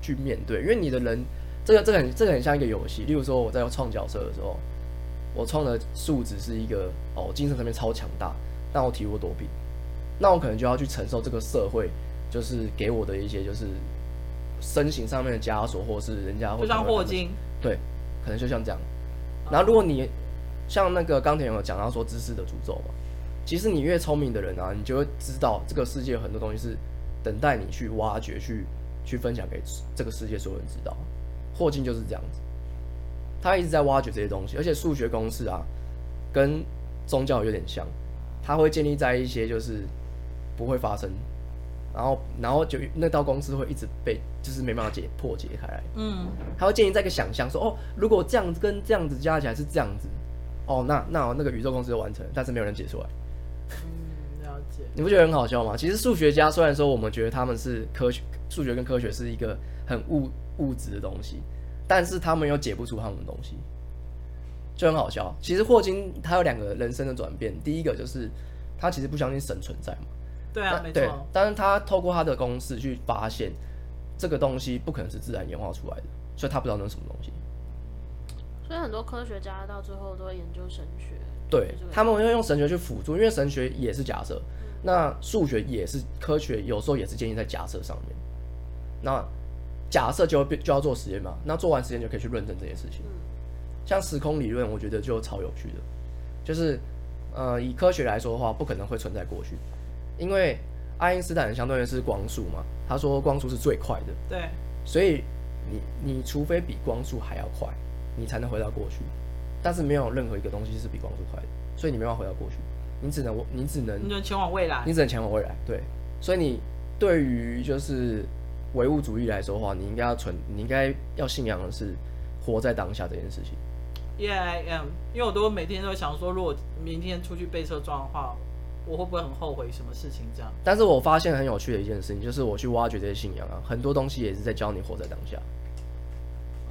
Speaker 2: 去面对，因为你的人这个这个很这个很像一个游戏。例如说我在创角色的时候，我创的数值是一个哦，我精神层面超强大，但我体弱多病，那我可能就要去承受这个社会就是给我的一些就是身形上面的枷锁，或是人家会
Speaker 3: 就像
Speaker 2: 不会
Speaker 3: 霍
Speaker 2: 他们
Speaker 3: 金，
Speaker 2: 对，可能就像这样。然后如果你像那个钢铁人有讲到说知识的诅咒嘛，其实你越聪明的人啊，你就会知道这个世界有很多东西是等待你去挖掘、去去分享给这个世界所有人知道。霍金就是这样子，他一直在挖掘这些东西，而且数学公式啊，跟宗教有点像，它会建立在一些就是不会发生，然后然后就那道公式会一直被就是没办法解破解开来，
Speaker 3: 嗯，
Speaker 2: 它会建立在一个想象说哦，如果这样子跟这样子加起来是这样子，哦那那那个宇宙公式就完成了，但是没有人解出来。
Speaker 3: 嗯了解，
Speaker 2: 你不觉得很好笑吗？其实数学家虽然说我们觉得他们是科学，数学跟科学是一个很物物质的东西，但是他们又解不出他们的东西，就很好笑。其实霍金他有两个人生的转变，第一个就是他其实不相信神存在嘛，
Speaker 3: 对啊，没
Speaker 2: 但对
Speaker 3: 错，，
Speaker 2: 但是他透过他的公式去发现这个东西不可能是自然演化出来的，所以他不知道那是什么东西。
Speaker 1: 所以很多科学家到最后都会研究神学，
Speaker 2: 对
Speaker 1: 就是，嗯
Speaker 2: 他们会用神学去辅助，因为神学也是假设，那数学也是科学，有时候也是建立在假设上面。那假设就会变就要做实验嘛，那做完实验就可以去论证这件事
Speaker 1: 嗯
Speaker 2: 情。像时空理论，我觉得就超有趣的，就是呃，以科学来说的话，不可能会存在过去，因为爱因斯坦的相对论是光速嘛，他说光速是最快的，
Speaker 3: 对，
Speaker 2: 所以你你除非比光速还要快，你才能回到过去。但是没有任何一个东西是比光速快的，所以你没办法回到过去，你只能你只能
Speaker 3: 你就前往未来
Speaker 2: 你，只能前往未来。对，所以你对于就是唯物主义来说的话，你应该要存，你应该要信仰的是活在当下这件事情。
Speaker 3: Yeah, I am。因为我都每天都会想说，如果明天出去被车撞的话，我会不会很后悔什么事情？这样，
Speaker 2: 但是我发现很有趣的一件事情，就是我去挖掘这些信仰啊，很多东西也是在教你活在当下，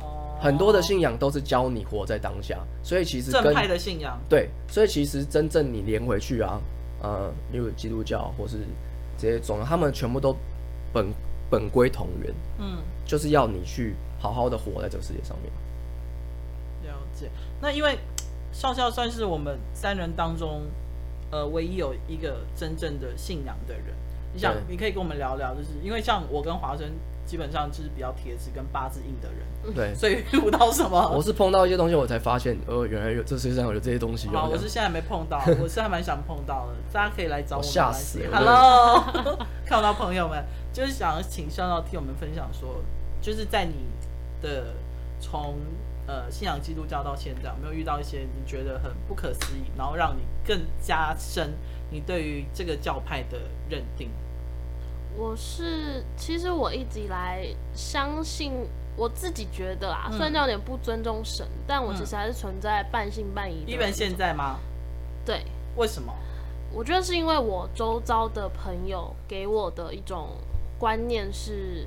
Speaker 3: 哦，
Speaker 2: 很多的信仰都是教你活在当下，所以其实
Speaker 3: 正
Speaker 2: 跟
Speaker 3: 派的信仰，
Speaker 2: 对，所以其实真正你连回去啊，呃，例如基督教或是这些种，他们全部都本本归同源，
Speaker 3: 嗯，
Speaker 2: 就是要你去好好的活在这个世界上面。
Speaker 3: 了解。那因为笑笑算是我们三人当中，呃，唯一有一个真正的信仰的人。你想
Speaker 2: 对，
Speaker 3: 你可以跟我们聊聊，就是因为像我跟华生基本上就是比较铁齿跟八字硬的人，
Speaker 2: 对，
Speaker 3: 所以 遇不到什么。
Speaker 2: 我是碰到一些东西，我才发现，呃，原来有这世界上有这些东西哦。
Speaker 3: 好，我
Speaker 2: 这
Speaker 3: 是
Speaker 2: 样
Speaker 3: 现在没碰 到，我是还蛮想碰到的，大家可以来找我
Speaker 2: 我
Speaker 3: 们
Speaker 2: 吓
Speaker 3: 来
Speaker 2: 死
Speaker 3: 写
Speaker 2: 了
Speaker 3: Hello，看不 到朋友们，就是想要请向导替我们分享说，就是在你的从呃信仰基督教到现在，有没有遇到一些你觉得很不可思议，然后让你更加深你对于这个教派的认定？
Speaker 1: 我是其实我一直以来相信我自己觉得啊，
Speaker 3: 嗯
Speaker 1: 虽然这样有点不尊重神，但我
Speaker 3: 嗯
Speaker 1: 其实还是存在半信半
Speaker 2: 嗯
Speaker 1: 疑的。
Speaker 3: 一本现在吗？
Speaker 1: 对，
Speaker 3: 为什么？
Speaker 1: 我觉得是因为我周遭的朋友给我的一种观念是，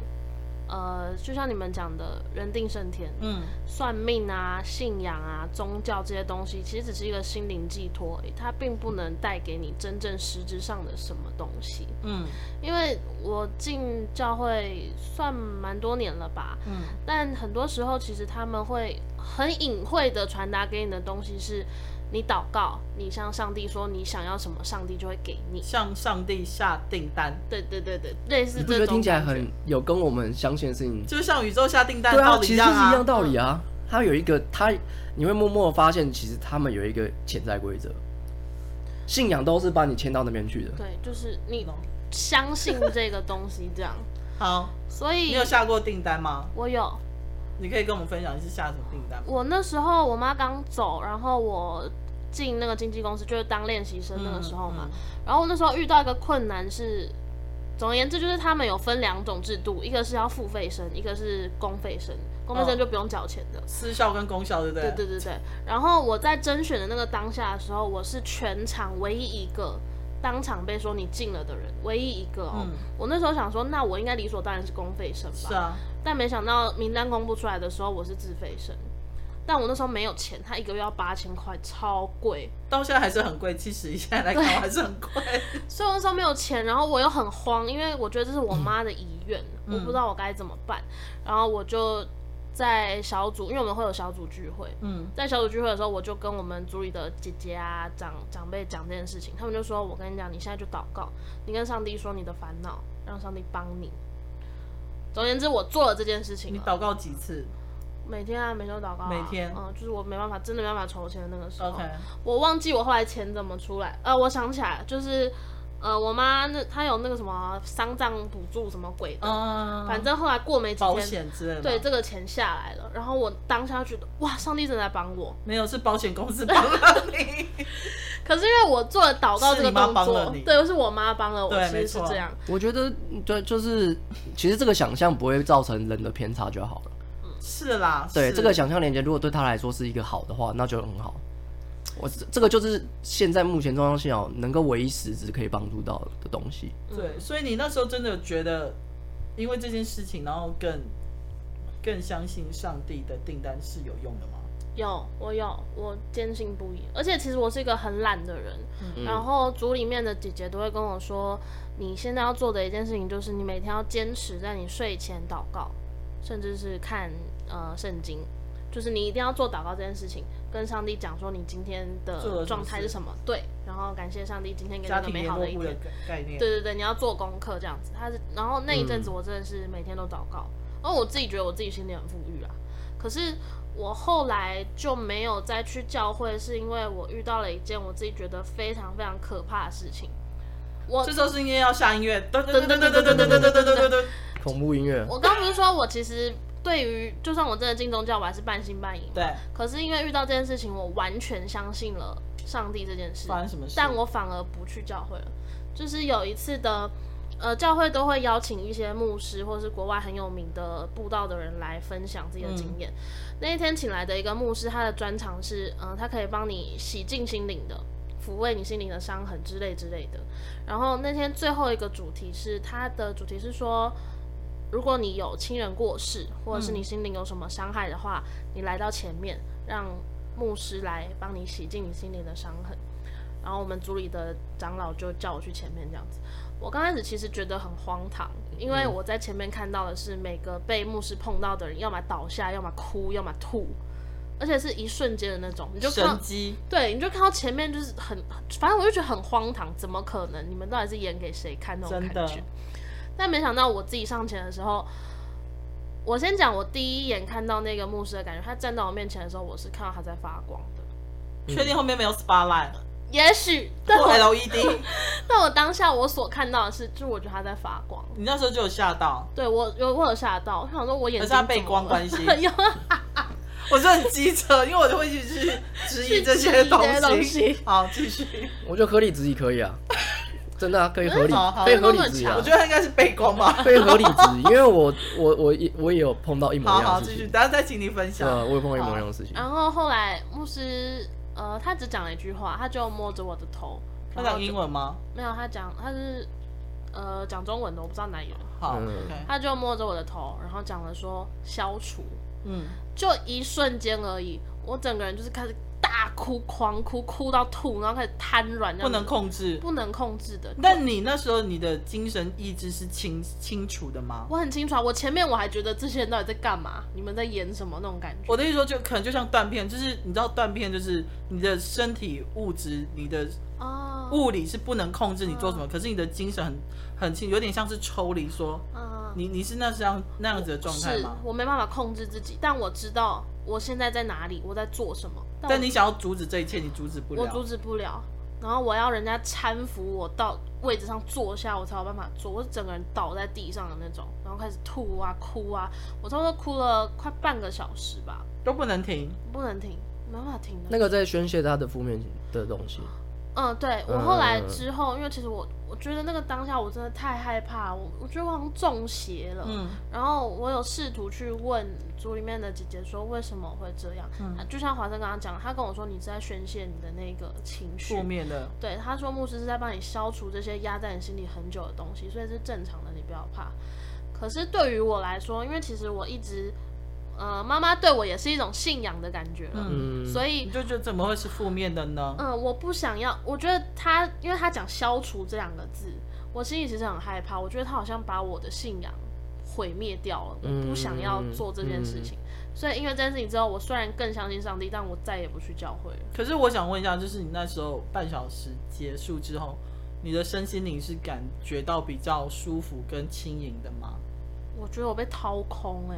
Speaker 1: 呃，就像你们讲的“人定胜天”，
Speaker 3: 嗯
Speaker 1: 算命啊、信仰啊、宗教这些东西，其实只是一个心灵寄托而已，它并不能带给你真正实质上的什么东西。
Speaker 3: 嗯
Speaker 1: 因为我进教会算蛮多年了吧，
Speaker 3: 嗯
Speaker 1: 但很多时候其实他们会很隐晦的传达给你的东西是，你祷告，你向上帝说你想要什么，上帝就会给你。
Speaker 3: 向上帝下订单，
Speaker 1: 对对对对，类似
Speaker 2: 你不
Speaker 1: 这
Speaker 2: 觉得
Speaker 1: 种
Speaker 2: 听起来
Speaker 1: 感觉
Speaker 2: 很有跟我们相信的事情？
Speaker 3: 就像宇宙下订单
Speaker 2: 对
Speaker 3: 道
Speaker 2: 啊，
Speaker 3: 理
Speaker 2: 其
Speaker 3: 一
Speaker 2: 实
Speaker 3: 样
Speaker 2: 是一
Speaker 3: 啊
Speaker 2: 样。道理啊。它有一个，它你会默默地发现，其实他们有一个潜在规则，信仰都是把你牵到那边去的。
Speaker 1: 对，就是你相信这个东西这样，
Speaker 3: 好，
Speaker 1: 所以
Speaker 3: 你有下过订单吗？
Speaker 1: 我有
Speaker 3: 你可以跟我们分享一次下什么订单吗？
Speaker 1: 我那时候我妈刚走，然后我进那个经纪公司，就是当练习生那个时候嘛。
Speaker 3: 嗯
Speaker 1: 然后我那时候遇到一个困难是，总而言之就是他们有分两种制度，一个是要付费生，一个是公费生。公费
Speaker 3: 哦
Speaker 1: 生就不用缴钱的。
Speaker 3: 私校跟公校，对不对？
Speaker 1: 对对对对。然后我在甄选的那个当下的时候，我是全场唯一一个当场被说你进了的人，唯一一个哦。
Speaker 3: 嗯
Speaker 1: 我那时候想说，那我应该理所当然是公费生吧？
Speaker 3: 是啊，
Speaker 1: 但没想到名单公布出来的时候，我是自费生。但我那时候没有钱，他一个月要八千块，超贵，
Speaker 3: 到现在还是很贵，其实现在来看我还是很贵。
Speaker 1: 所以我那时候没有钱，然后我又很慌，因为我觉得这是我妈的遗愿，
Speaker 3: 嗯
Speaker 1: 我不知道我该怎么办，然后我就在小组，因为我们会有小组聚会，
Speaker 3: 嗯
Speaker 1: 在小组聚会的时候，我就跟我们组里的姐姐啊、长长辈讲这件事情，他们就说：“我跟你讲，你现在就祷告，你跟上帝说你的烦恼，让上帝帮你。”总而言之，我做了这件事情
Speaker 3: 你
Speaker 1: 了。
Speaker 3: 祷告几次
Speaker 1: 每天啊，每天都祷告、啊。
Speaker 3: 每天
Speaker 1: 嗯，就是我没办法，真的没办法筹钱的那个时候
Speaker 3: ？OK，
Speaker 1: 我忘记我后来钱怎么出来。呃，我想起来了，就是呃，我妈那她有那个什么丧葬补助什么鬼的，
Speaker 3: 嗯，
Speaker 1: 哦反正后来过没几
Speaker 3: 保
Speaker 1: 天，
Speaker 3: 险之类的，
Speaker 1: 对，这个钱下来了，然后我当下觉得哇，上帝正在帮我。
Speaker 3: 没有是保险公司帮了 你，
Speaker 1: 可是因为我做了祷告这
Speaker 3: 是
Speaker 1: 个
Speaker 3: 你妈
Speaker 1: 动
Speaker 3: 帮
Speaker 1: 作
Speaker 3: 了你，
Speaker 1: 对，是我妈帮了我，
Speaker 3: 对
Speaker 1: 其
Speaker 3: 没
Speaker 1: 实是
Speaker 3: 错
Speaker 1: 这样。
Speaker 2: 我觉得对，就是其实这个想象不会造成人的偏差就好了。
Speaker 3: 是啦，
Speaker 2: 对，
Speaker 3: 是
Speaker 2: 这个想象连接，如果对他来说是一个好的话，那就很好。我这这个就是现在目前中央信仰能够唯一实质可以帮助到的东西。
Speaker 3: 对，所以你那时候真的觉得，因为这件事情，然后更更相信上帝的订单是有用的吗？
Speaker 1: 有，我有，我坚信不疑。而且其实我是一个很懒的人，
Speaker 2: 嗯
Speaker 1: 然后组里面的姐姐都会跟我说，你现在要做的一件事情就是你每天要坚持在你睡前祷告，甚至是看呃圣经，就是你一定要做祷告这件事情，跟上帝讲说你今天
Speaker 3: 做了什
Speaker 1: 的
Speaker 3: 么
Speaker 1: 状态是
Speaker 3: 事
Speaker 1: 什么，对，然后感谢上帝今天给你
Speaker 3: 家
Speaker 1: 一个
Speaker 3: 庭
Speaker 1: 美
Speaker 3: 联
Speaker 1: 好
Speaker 3: 络
Speaker 1: 的一
Speaker 3: 部的
Speaker 1: 天。
Speaker 3: 概念，
Speaker 1: 对对对，你要做功课这样子。他是，然后那一阵子我真的是每天都祷告，然后我自己觉得我自己心里很富裕啊。可是我后来就没有再去教会，是因为我遇到了一件我自己觉得非常非常可怕的事情。我
Speaker 3: 这时候是应该要下音乐，噔噔
Speaker 1: 噔噔噔噔噔噔
Speaker 3: 噔噔噔噔噔噔
Speaker 1: 噔
Speaker 3: 噔
Speaker 1: 噔
Speaker 3: 噔噔，
Speaker 2: 恐怖音乐，
Speaker 1: 我刚不是说我其实对于就算我真的进宗教，我还是半信半疑嘛。
Speaker 3: 对，
Speaker 1: 可是因为遇到这件事情，我完全相信了上帝这件事。
Speaker 3: 发生什么事？
Speaker 1: 但我反而不去教会了。就是有一次的，呃，教会都会邀请一些牧师或是国外很有名的布道的人来分享自己的经验。
Speaker 3: 嗯
Speaker 1: 那一天请来的一个牧师，他的专长是，嗯、他可以帮你洗净心灵的，抚慰你心灵的伤痕之类之类的。然后那天最后一个主题是，他的主题是说。如果你有亲人过世，或者是你心灵有什么伤害的话，你来到前面，让牧师来帮你洗净你心灵的伤痕。然后我们组里的长老就叫我去前面这样子。我刚开始其实觉得很荒唐，因为我在前面看到的是每个被牧师碰到的人，要么倒下，要么哭，要么吐，而且是一瞬间的那种。你就看
Speaker 3: 神
Speaker 1: 到，
Speaker 3: 机，
Speaker 1: 对，你就看到前面就是很，反正我就觉得很荒唐，怎么可能？你们到底是演给谁看那种
Speaker 3: 真
Speaker 1: 感
Speaker 3: 的
Speaker 1: 觉？但没想到我自己上前的时候，我先讲我第一眼看到那个牧师的感觉，他站到我面前的时候，我是看到他在发光的，
Speaker 3: 确定后面没有 spotlight
Speaker 1: 也许，但
Speaker 3: 或
Speaker 1: 我
Speaker 3: LED，
Speaker 1: 但我当下我所看到的是，就是我觉得他在发光。
Speaker 3: 你那时候就有吓到，
Speaker 1: 对我有我有吓到，我想说我眼
Speaker 3: 可
Speaker 1: 睛
Speaker 3: 是他
Speaker 1: 怎
Speaker 3: 背
Speaker 1: 么
Speaker 3: 光
Speaker 1: 了
Speaker 3: 关系
Speaker 1: 有
Speaker 3: 我是很机车，因为我就会去去质疑这些
Speaker 1: 去质疑这些东
Speaker 3: 东
Speaker 1: 西
Speaker 3: 西。好，继续，
Speaker 2: 我觉得合理质疑可 以啊，真的啊，可以合理，
Speaker 3: 好好
Speaker 2: 可以合理
Speaker 1: 那么
Speaker 2: 质疑
Speaker 1: 强
Speaker 2: 啊
Speaker 3: 我，觉得他应该是背光吧。
Speaker 2: 可以合理质疑，因为我我我也我也有碰到一模
Speaker 3: 好
Speaker 2: 一
Speaker 3: 好，
Speaker 2: 样的
Speaker 3: 继
Speaker 2: 事
Speaker 3: 续，嗯
Speaker 2: 情，
Speaker 3: 等下再请你分享。
Speaker 2: 呃，我有碰到一模一样的事情，
Speaker 1: 然后后来牧师呃，他只讲了一句话，他就摸着我的头。
Speaker 3: 他
Speaker 1: 然后
Speaker 3: 讲
Speaker 1: 就
Speaker 3: 英？文吗？
Speaker 1: 没有，他讲他是呃讲中文的，我不知道哪里人。
Speaker 3: 好
Speaker 2: 嗯
Speaker 3: ，OK，
Speaker 1: 他就摸着我的头，然后讲了说消除，
Speaker 3: 嗯，
Speaker 1: 就一瞬间而已，我整个人就是开始大哭、狂哭，哭到吐，然后开始瘫软这样子，
Speaker 3: 不能控制。
Speaker 1: 不能控制的。
Speaker 3: 但你那时候你的精神意志是清清楚的吗？
Speaker 1: 我很清楚啊，我前面我还觉得这些人到底在干嘛，你们在演什么那种感觉。
Speaker 3: 我的意思说就，可能就像断片，就是你知道断片就是你的身体物质、你的
Speaker 1: 哦，
Speaker 3: 物理是不能控制你做什么，可是你的精神很很清，有点像是抽离说，
Speaker 1: 嗯，
Speaker 3: 你你是那这样那样子的状态
Speaker 1: 是
Speaker 3: 吗？
Speaker 1: 我没办法控制自己，但我知道我现在在哪里，我在做什么。但我
Speaker 3: 但你想要阻止这一切，你阻止不
Speaker 1: 我
Speaker 3: 了。
Speaker 1: 阻止不了，然后我要人家搀扶我到位置上坐下，我才有办法坐。我是整个人倒在地上的那种，然后开始吐啊哭啊，我差不多哭了快半个小时吧，
Speaker 3: 都不能停，
Speaker 1: 不能停，没办法停的。
Speaker 2: 那个在宣泄他的负面的东西，
Speaker 1: 嗯，对我
Speaker 2: 嗯
Speaker 1: 后来之后，因为其实我我觉得那个当下我真的太害怕，我我觉得我好像中邪了。
Speaker 3: 嗯，
Speaker 1: 然后我有试图去问组里面的姐姐说为什么会这样，
Speaker 3: 嗯
Speaker 1: 啊就像华生刚刚讲，他跟我说你是在宣泄你的那个情绪
Speaker 3: 负，面的，
Speaker 1: 对，他说牧师是在帮你消除这些压在你心里很久的东西，所以是正常的，你不要怕。可是对于我来说，因为其实我一直，呃，妈妈对我也是一种信仰的感觉了，
Speaker 2: 嗯，
Speaker 1: 所以
Speaker 3: 你就觉得怎么会是负面的呢？
Speaker 1: 嗯，我不想要。我觉得他，因为他讲消除这两个字，我心里其实很害怕。我觉得他好像把我的信仰毁灭掉了，我不想要做这件事情。所以因为这件事情之后，我虽然更相信上帝，但我再也不去教会了。
Speaker 3: 可是我想问一下，就是你那时候半小时结束之后，你的身心灵是感觉到比较舒服跟轻盈的吗？
Speaker 1: 我觉得我被掏空哎、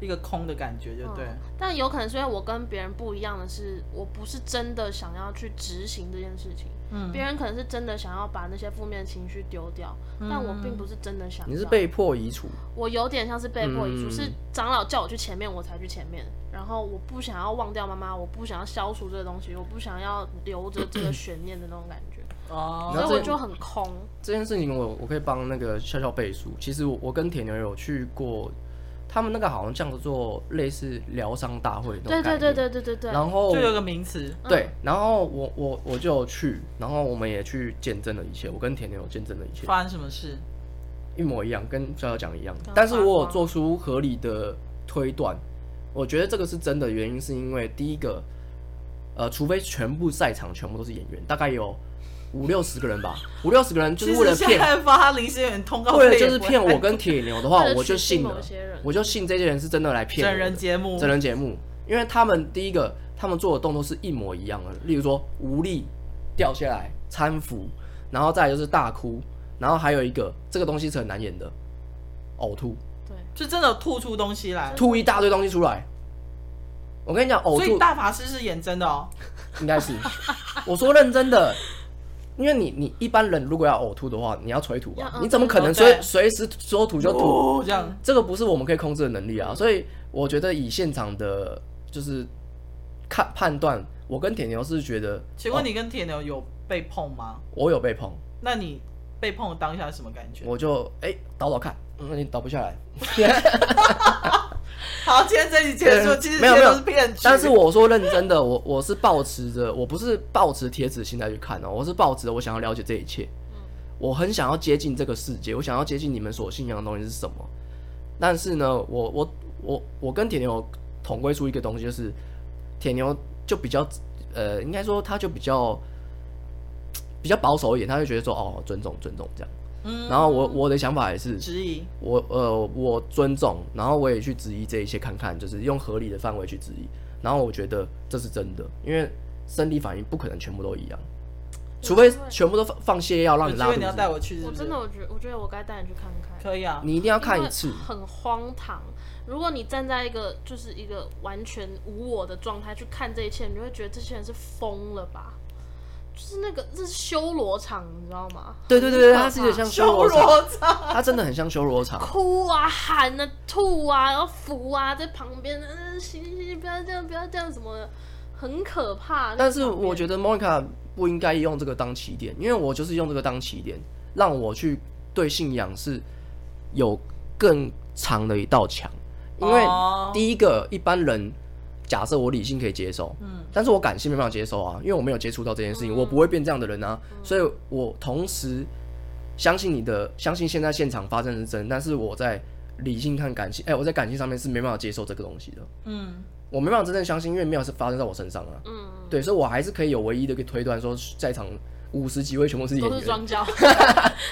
Speaker 3: 一个空的感觉，对不对？
Speaker 1: 嗯但有可能是因为我跟别人不一样的是，我不是真的想要去执行这件事情。
Speaker 3: 嗯
Speaker 1: 别人可能是真的想要把那些负面情绪丢掉，
Speaker 2: 嗯
Speaker 1: 但我并不是真的想要。
Speaker 2: 你是被迫移除，
Speaker 1: 我有点像是被迫移除，
Speaker 2: 嗯
Speaker 1: 是长老叫我去前面，我才去前面。然后我不想要忘掉妈妈，我不想要消除这个东西，我不想要留着这个悬念的那种感觉，
Speaker 3: 哦，
Speaker 2: 然
Speaker 1: 所
Speaker 2: 后
Speaker 1: 以
Speaker 2: 这
Speaker 1: 我就很空。
Speaker 2: 这件事情我我可以帮那个笑笑背书。其实我我跟铁牛有去过，他们那个好像叫做类似疗伤大会那
Speaker 1: 对对
Speaker 2: 种概念
Speaker 1: 对对对对对。
Speaker 2: 然后
Speaker 3: 就有个嗯名词，
Speaker 2: 对，然后我我我就有去，然后我们也去见证了一切，我跟铁牛有见证了一切，
Speaker 3: 发生什么事？
Speaker 2: 一模一样，跟小小讲的一样
Speaker 1: 刚。
Speaker 2: 但是
Speaker 1: 发
Speaker 2: 我有
Speaker 1: 光
Speaker 2: 做出合理的推断，我觉得这个是真的原因，是因为第一个，呃，除非全部在场全部都是演员，大概有五六十个人吧，五六十个人就是为了
Speaker 3: 其实
Speaker 2: 骗，
Speaker 3: 现在发临时演 员通告
Speaker 2: 为了
Speaker 3: 费也
Speaker 2: 就是
Speaker 3: 不
Speaker 2: 骗
Speaker 3: 会哎
Speaker 2: 我跟铁牛的话
Speaker 1: 哦为，了
Speaker 2: 我就
Speaker 1: 取信
Speaker 2: 信
Speaker 1: 某
Speaker 2: 了
Speaker 1: 些人，
Speaker 2: 我就信这些人是真的来骗我
Speaker 3: 整
Speaker 2: 的。
Speaker 3: 人节目，
Speaker 2: 真人节目，因为他们第一个他们做的动作是一模一样的，例如说无力掉下来搀扶，然后再来就是大哭，然后还有一个这个东西是很难演的，呕吐，
Speaker 1: 对，
Speaker 3: 就真的吐出东西来。
Speaker 2: 吐一大堆东西出来。哦我跟你讲，呕
Speaker 3: 所以
Speaker 2: 吐
Speaker 3: 大法师是演真的哦，
Speaker 2: 应该是，我说认真的，因为你你一般人如果要呕吐的话，你要催吐吧
Speaker 1: 要，嗯
Speaker 2: 你怎么可能
Speaker 3: 嗯
Speaker 2: 随
Speaker 3: 对
Speaker 2: 随时说吐就吐？
Speaker 3: 哦这样
Speaker 2: 这个不是我们可以控制的能力啊，所以我觉得以现场的，就是看判断，我跟铁牛是觉得，哦
Speaker 3: 请问你跟铁牛有被碰吗？
Speaker 2: 我有被碰，
Speaker 3: 那你被碰的当下是什么感觉？
Speaker 2: 我就哎、倒倒看，嗯，你倒不下 来，
Speaker 3: 好，今天这集结束，
Speaker 2: 对
Speaker 3: 其实
Speaker 2: 没有
Speaker 3: 这
Speaker 2: 没
Speaker 3: 些
Speaker 2: 有
Speaker 3: 都是骗局。
Speaker 2: 但是我说认真的，我我是抱持着，我不是抱持贴纸心态去看哦，我是抱持着我想要了解这一切，我很想要接近这个世界，我想要接近你们所信仰的东西是什么。但是呢，我我我我跟铁牛统归出一个东西，就是铁牛就比较呃，应该说他就比较比较保守一点，他就觉得说哦，尊重尊重这样。
Speaker 3: 嗯
Speaker 2: 然后我我的想法也是，
Speaker 3: 质疑，
Speaker 2: 我呃，我尊重，然后我也去质疑这一些看看，就是用合理的范围去质疑。然后我觉得这是真的，因为生理反应不可能全部都一样，除非全部都放放泻药让
Speaker 3: 有
Speaker 2: 你
Speaker 3: 机
Speaker 2: 拉
Speaker 3: 会
Speaker 2: 肚
Speaker 3: 你要带
Speaker 2: 子，
Speaker 3: 我去，是
Speaker 1: 我
Speaker 3: 不是
Speaker 1: 真的我觉我觉得我该带你去看看。
Speaker 3: 可以啊。
Speaker 2: 你一定要看一次
Speaker 1: 因为。
Speaker 3: 啊
Speaker 1: 很荒唐。如果你站在一个就是一个完全无我的状态去看这一切，你会觉得这些人是疯了吧？就是那个这是修罗场，你知道吗？
Speaker 2: 对对对对，
Speaker 1: 很 可
Speaker 2: 它是有点
Speaker 1: 怕
Speaker 2: 像修
Speaker 3: 修
Speaker 2: 罗场，
Speaker 3: 罗场，
Speaker 2: 它真的很像修罗场。
Speaker 1: 哭啊、喊啊、吐啊，然后扶啊，在旁边，嗯、行行行，不要这样，不要这样，什么的，很可怕。
Speaker 2: 但是我
Speaker 1: 得
Speaker 2: 觉得 Monica 不应该用这个当起点，因为我就是用这个当起点，让我去对信仰是有更长的一道墙。因为
Speaker 3: 哦
Speaker 2: 第一个，一般人假设我理性可以接受，
Speaker 3: 嗯
Speaker 2: 但是我感性没办法接受啊，因为我没有接触到这件事情，我不会变这样的人啊，所以我同时相信你的，相信现在现场发生的是真，但是我在理性看感性，哎、我在感性上面是没办法接受这个东西的，
Speaker 3: 嗯，
Speaker 2: 我没办法真正相信，因为没有是发生在我身上啊，
Speaker 1: 嗯，
Speaker 2: 对，所以我还是可以有唯一的一个推断，说在场五十几位全部是演
Speaker 1: 都是
Speaker 2: 员，
Speaker 1: 装教，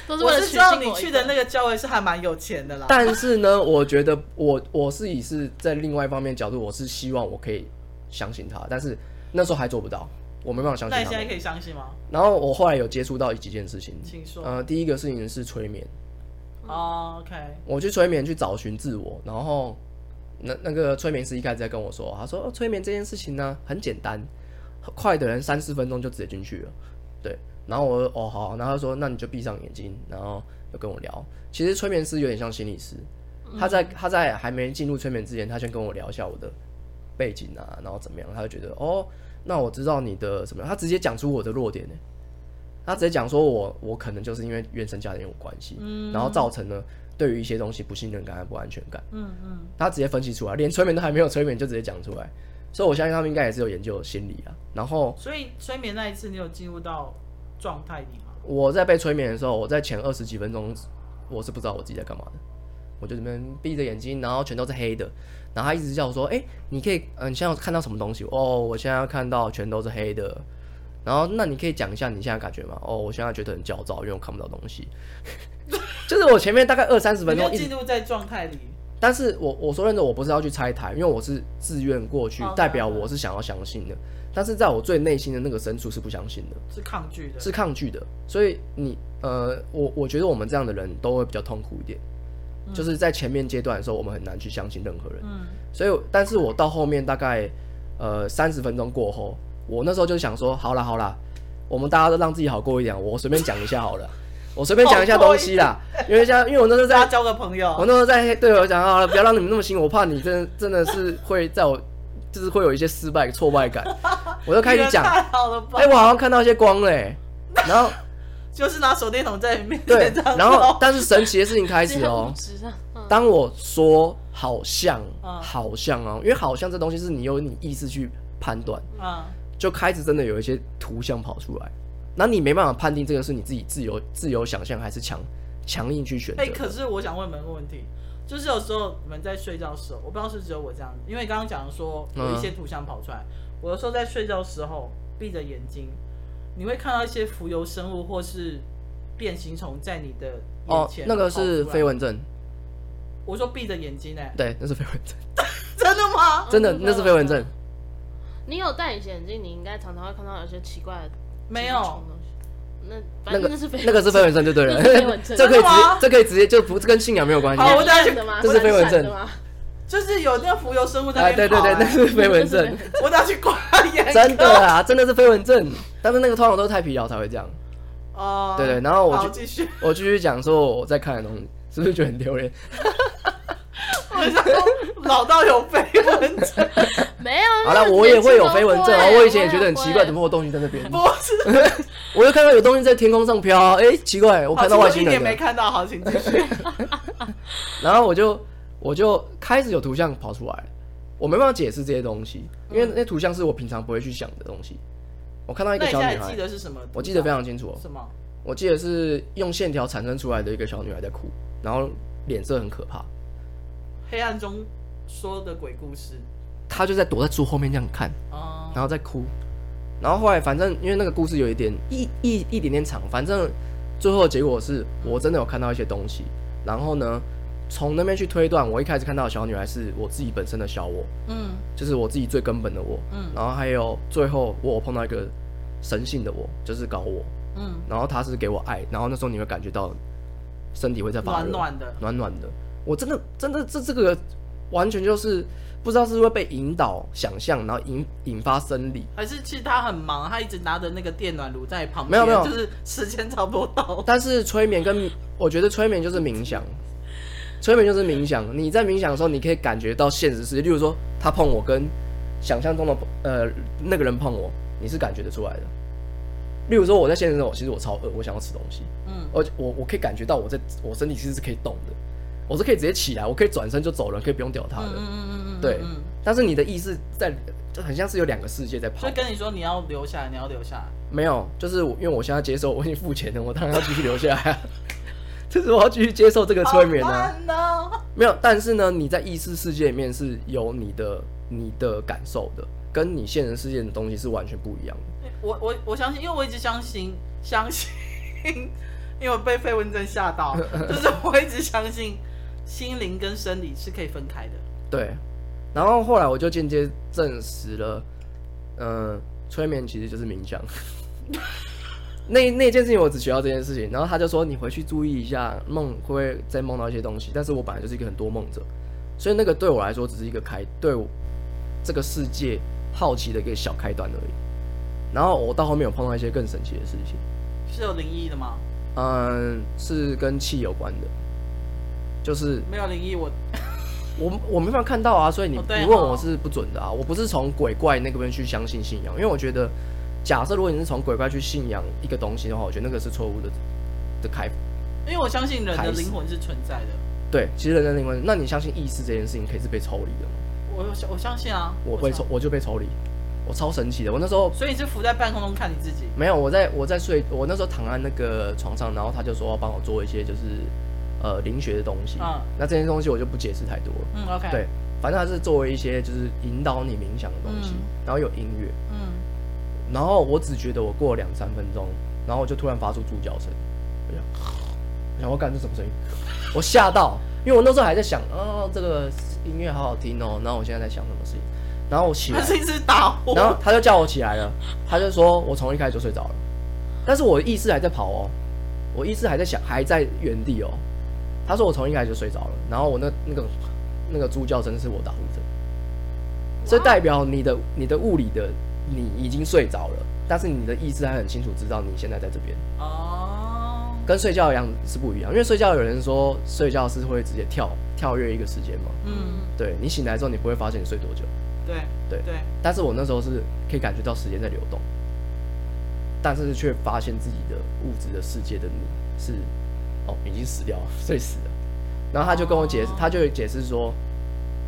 Speaker 1: 都是为
Speaker 3: 我
Speaker 1: 了
Speaker 3: 是
Speaker 1: 取
Speaker 3: 知道
Speaker 1: 信
Speaker 3: 你
Speaker 1: 我
Speaker 3: 去
Speaker 1: 一
Speaker 3: 的
Speaker 1: 个
Speaker 3: 那个教会是还蛮有钱的啦。
Speaker 2: 但是呢，我觉得我我是以是在另外一方面角度，我是希望我可以相信他，但是那时候还做不到，我没办法相
Speaker 3: 那
Speaker 2: 信
Speaker 3: 你
Speaker 2: 他
Speaker 3: 现在
Speaker 2: 们。
Speaker 3: 可以相信吗？
Speaker 2: 然后我后来有接触到几件事情，
Speaker 3: 请说。
Speaker 2: 呃，第一个事情是催眠，嗯
Speaker 3: 哦 OK，
Speaker 2: 我去催眠去找寻自我，然后那那个催眠师一开始在跟我说，他说、哦、催眠这件事情呢很简单，快的人三四分钟就直接进去了，对。然后我就哦好，然后他说那你就闭上眼睛，然后就跟我聊。其实催眠师有点像心理师，
Speaker 3: 嗯
Speaker 2: 他在他在还没进入催眠之前，他先跟我聊一下我的背景啊，然后怎么样，他就觉得哦，那我知道你的什么样，他直接讲出我的弱点呢，他直接讲说我我可能就是因为原生家庭有关系，
Speaker 3: 嗯
Speaker 2: 然后造成了对于一些东西不信任感和不安全感，
Speaker 3: 嗯嗯，
Speaker 2: 他直接分析出来，连催眠都还没有催眠就直接讲出来，所以我相信他们应该也是有研究心理啊。然后
Speaker 3: 所以催眠那一次你有进入到状态里吗？
Speaker 2: 我在被催眠的时候，我在前二十几分钟我是不知道我自己在干嘛的，我就这边闭着眼睛，然后全都是黑的，然后他一直叫我说，哎、你可以，嗯、你现在有看到什么东西？哦，我现在看到全都是黑的。然后，那你可以讲一下你现在的感觉吗？哦，我现在觉得很焦躁，因为我看不到东西。 就是我前面大概二三十
Speaker 3: 你
Speaker 2: 分
Speaker 3: 没有
Speaker 2: 钟一直
Speaker 3: 进入在状态里，
Speaker 2: 但是我我说认真，我不是要去拆台，因为我是自愿过去
Speaker 3: 哦，
Speaker 2: 代表我是想要相信的。但是在我最内心的那个深处是不相信的，
Speaker 3: 是抗拒的。
Speaker 2: 是抗拒的。所以你呃，我我觉得我们这样的人都会比较痛苦一点，就是在前面阶段的时候，我们很难去相信任何人。
Speaker 3: 嗯，
Speaker 2: 所以，但是我到后面大概呃三十分钟过后，我那时候就想说，好啦好啦，我们大家都让自己好过一点。我随便讲一下好 了，我随便讲一下东西啦，因为像因为我那时候
Speaker 3: 大家
Speaker 2: 在，
Speaker 3: 交个朋友
Speaker 2: 我，那时候在对我讲好了，不要让你们那么辛苦，我怕你真的真的是会在我就是会有一些失败挫败感，我就开始讲
Speaker 3: 你，人太好了吧？
Speaker 2: 哎、我好像看到一些光 嘞、然后
Speaker 3: 就是拿手电筒在你面
Speaker 2: 对
Speaker 3: 前这，样哦
Speaker 2: 然后
Speaker 3: 照
Speaker 2: 但是神奇的事情开始哦、
Speaker 1: 直接很直啊，
Speaker 2: 当我说好像，
Speaker 3: 嗯
Speaker 2: 好像哦、因为好像这东西是你用你意识去判断，
Speaker 3: 嗯，
Speaker 2: 就开始真的有一些图像跑出来，那你没办法判定这个是你自己自由自由想象还是强强硬去选择
Speaker 3: 哎、。可是我想问你们一个问题，就是有时候你们在睡觉的时候，我不知道是只有我这样，因为刚刚讲说有一些图像跑出来，我有时候在睡觉的时候闭着眼睛，你会看到一些浮游生物或是变形虫在你的眼
Speaker 2: 哦
Speaker 3: 前、，
Speaker 2: 那个是飞。蚊症，
Speaker 3: 我说闭着眼睛欸呢、
Speaker 2: 对，那是飞蚊症，
Speaker 3: 真的吗？
Speaker 2: 真的
Speaker 1: 嗯
Speaker 2: 那是飞蚊症。
Speaker 1: 你有戴隐形眼镜，你应该常常会看到有些奇怪的
Speaker 3: 没
Speaker 1: 奇
Speaker 3: 有
Speaker 1: 怪的，东西。那
Speaker 2: 那
Speaker 1: 反
Speaker 2: 个
Speaker 1: 正那是非
Speaker 2: 那 个是飞蚊症就对了
Speaker 1: 那是飞蚊，症
Speaker 2: 这可以直
Speaker 3: 真的吗
Speaker 2: 接这可以直接就不跟信仰没有关系
Speaker 3: 好。我
Speaker 1: 戴的吗？
Speaker 2: 这是
Speaker 1: 不然
Speaker 2: 飞蚊
Speaker 1: 闪
Speaker 2: 症
Speaker 1: 的 吗？
Speaker 3: 就是有那个浮游生物在
Speaker 2: 哎，
Speaker 3: 那
Speaker 2: 对
Speaker 3: 边
Speaker 2: 对
Speaker 3: 跑、
Speaker 2: 对，那
Speaker 3: 对
Speaker 2: 是飞蚊症，
Speaker 3: 我得要去刮眼科。
Speaker 2: 真的啊，真的是飞蚊症。但是那个通常都是太疲劳才会这样。
Speaker 3: 哦、
Speaker 2: 对对然后我
Speaker 3: 好
Speaker 2: 就
Speaker 3: 继续。
Speaker 2: 我继续讲说我在看的东西，是不是觉得很丢脸？
Speaker 3: 我想说老到有绯闻症，
Speaker 1: 没有。
Speaker 3: 啊
Speaker 2: 好
Speaker 1: 那
Speaker 2: 了，
Speaker 1: 个
Speaker 2: 我也会有
Speaker 1: 年
Speaker 2: 飞
Speaker 1: 轻
Speaker 2: 蚊
Speaker 1: 都
Speaker 2: 症啊！
Speaker 1: 会
Speaker 2: 我以前也觉得很奇怪，
Speaker 1: 会
Speaker 2: 怎么会有东西在那边？
Speaker 3: 不是，
Speaker 2: 我就看到有东西在天空上飘啊，哎、奇怪， 我
Speaker 3: 我
Speaker 2: 看到外星
Speaker 3: 一
Speaker 2: 人
Speaker 3: 点没
Speaker 2: 了。
Speaker 3: 看到，好，请继 续。
Speaker 2: 然后我就我就开始有图像跑出来了，我没办法解释这些东西，因
Speaker 3: 嗯
Speaker 2: 为那些图像是我平常不会去想的东西。我看到一个
Speaker 3: 那你
Speaker 2: 小
Speaker 3: 现
Speaker 2: 女
Speaker 3: 在记
Speaker 2: 孩，
Speaker 3: 得是什么？啊
Speaker 2: 我记得非常清楚、哦，
Speaker 3: 什么？
Speaker 2: 我记得是用线条产生出来的一个小女孩在哭，然后脸色很可怕，
Speaker 3: 黑暗中说的鬼故事。
Speaker 2: 她就在躲在树后面这样看，
Speaker 3: 哦、
Speaker 2: 然后在哭。然后后来反正因为那个故事有一点一一一点点长，反正最后的结果是我真的有看到一些东西。然后呢，从那边去推断，我一开始看到的小女孩是我自己本身的小我，
Speaker 3: 嗯
Speaker 2: 就是我自己最根本的我。
Speaker 3: 嗯
Speaker 2: 然后还有最后我有碰到一个神性的我，就是搞我。
Speaker 3: 嗯，
Speaker 2: 然后他是给我爱，然后那时候你会感觉到身体会在发热，
Speaker 3: 暖暖的。
Speaker 2: 暖暖的。我真的真的这这个完全就是不知道是会被引导想象，然后引引发生理。
Speaker 3: 还是其实他很忙，他一直拿着那个电暖炉在旁边，
Speaker 2: 没有没有
Speaker 3: 就是时间差不多到。
Speaker 2: 但是催眠跟我觉得催眠就是冥想，催眠就是冥想。你在冥想的时候，你可以感觉到现实世界，例如说他碰我跟想象中的呃那个人碰我，你是感觉得出来的。例如说我在现实中，我其实我超饿，我想要吃东西，
Speaker 3: 嗯，
Speaker 2: 而且我我可以感觉到我在我身体其实是可以动的，我是可以直接起来，我可以转身就走人，可以不用屌他的。
Speaker 3: 嗯嗯嗯嗯嗯，
Speaker 2: 对
Speaker 3: 嗯
Speaker 2: 但是你的意识在就很像是有两个世界在跑
Speaker 3: 所以，跟你说你要留下来，你要留下来。
Speaker 2: 没有，就是我因为我现在接受我已经付钱了，我当然要继续留下来、 啊，就是我要继续接受这个催眠啊。
Speaker 3: 好烦哦
Speaker 2: 没有，但是呢，你在意识世界里面是有你的你的感受的，跟你现实世界的东西是完全不一样的。
Speaker 3: 我我我相信，因为我一直相信相信，因为我被飞蚊症吓 到，就是我一直相信心灵跟生理是可以分开的。
Speaker 2: 对，然后后来我就间接证实了，嗯、催眠其实就是冥想。 那那件事情我只学到这件事情，然后他就说你回去注意一下梦会不会再梦到一些东西，但是我本来就是一个很多梦者，所以那个对我来说只是一个开对我这个世界好奇的一个小开端而已。然后我到后面有碰到一些更神奇的事情。
Speaker 3: 是有灵异的吗？
Speaker 2: 嗯，是跟气有关的，就是
Speaker 3: 没有灵异，我
Speaker 2: 我我没办法看到啊，所以你、
Speaker 3: 哦对
Speaker 2: 你问
Speaker 3: 哦
Speaker 2: 我是不准的啊，我不是从鬼怪那个边去相信信仰，因为我觉得，假设如果你是从鬼怪去信仰一个东西的话，我觉得那个是错误的的开。
Speaker 3: 因为我相信人
Speaker 2: 开
Speaker 3: 的
Speaker 2: 始
Speaker 3: 灵魂是存在的，
Speaker 2: 对，其实人的灵魂，那你相信意识这件事情可以是被抽离的吗？
Speaker 3: 我有我相信啊，
Speaker 2: 我被
Speaker 3: 相
Speaker 2: 抽，我就被抽离，我超神奇的。我那时候
Speaker 3: 所以你是浮在半空中看你自己，
Speaker 2: 没有，我在我在睡，我那时候躺在那个床上，然后他就说要帮我做一些就是呃灵学的东西，
Speaker 3: 嗯
Speaker 2: 那这些东西我就不解释太多了。
Speaker 3: 嗯，OK，
Speaker 2: 对，，反正它是作为一些就是引导你冥想的东西，
Speaker 3: 嗯
Speaker 2: 然后有音乐，
Speaker 3: 嗯，
Speaker 2: 然后我只觉得我过了两三分钟，然后我就突然发出猪叫声，我想，我想我干这什么声音？我吓到，因为我那时候还在想，哦，这个音乐好好听哦，然后我现在在想什么事情，然后我起来
Speaker 3: 它， 是一只打火，
Speaker 2: 然后他就叫我起来了，他就说我从一开始就睡着了，但是我意识还在跑哦，我意识还在想，还在原地哦。他说我从一开始就睡着了，然后我那那个那个猪叫声是我打呼
Speaker 1: 啊
Speaker 2: 声，所以代表你的你的物理的你已经睡着了，但是你的意志还很清楚知道你现在在这边，
Speaker 3: 哦，
Speaker 2: 跟睡觉一样是不一样。因为睡觉有人说睡觉是会直接跳跳跃一个时间嘛，
Speaker 3: 嗯，
Speaker 2: 对你醒来之后你不会发现你睡多久，
Speaker 3: 对
Speaker 2: 对
Speaker 3: 对，
Speaker 2: 但是我那时候是可以感觉到时间在流动，但是却发现自己的物质的世界的你是哦已经死掉了， 睡死了。然后他就跟我解释
Speaker 3: 哦，
Speaker 2: 他就解释说，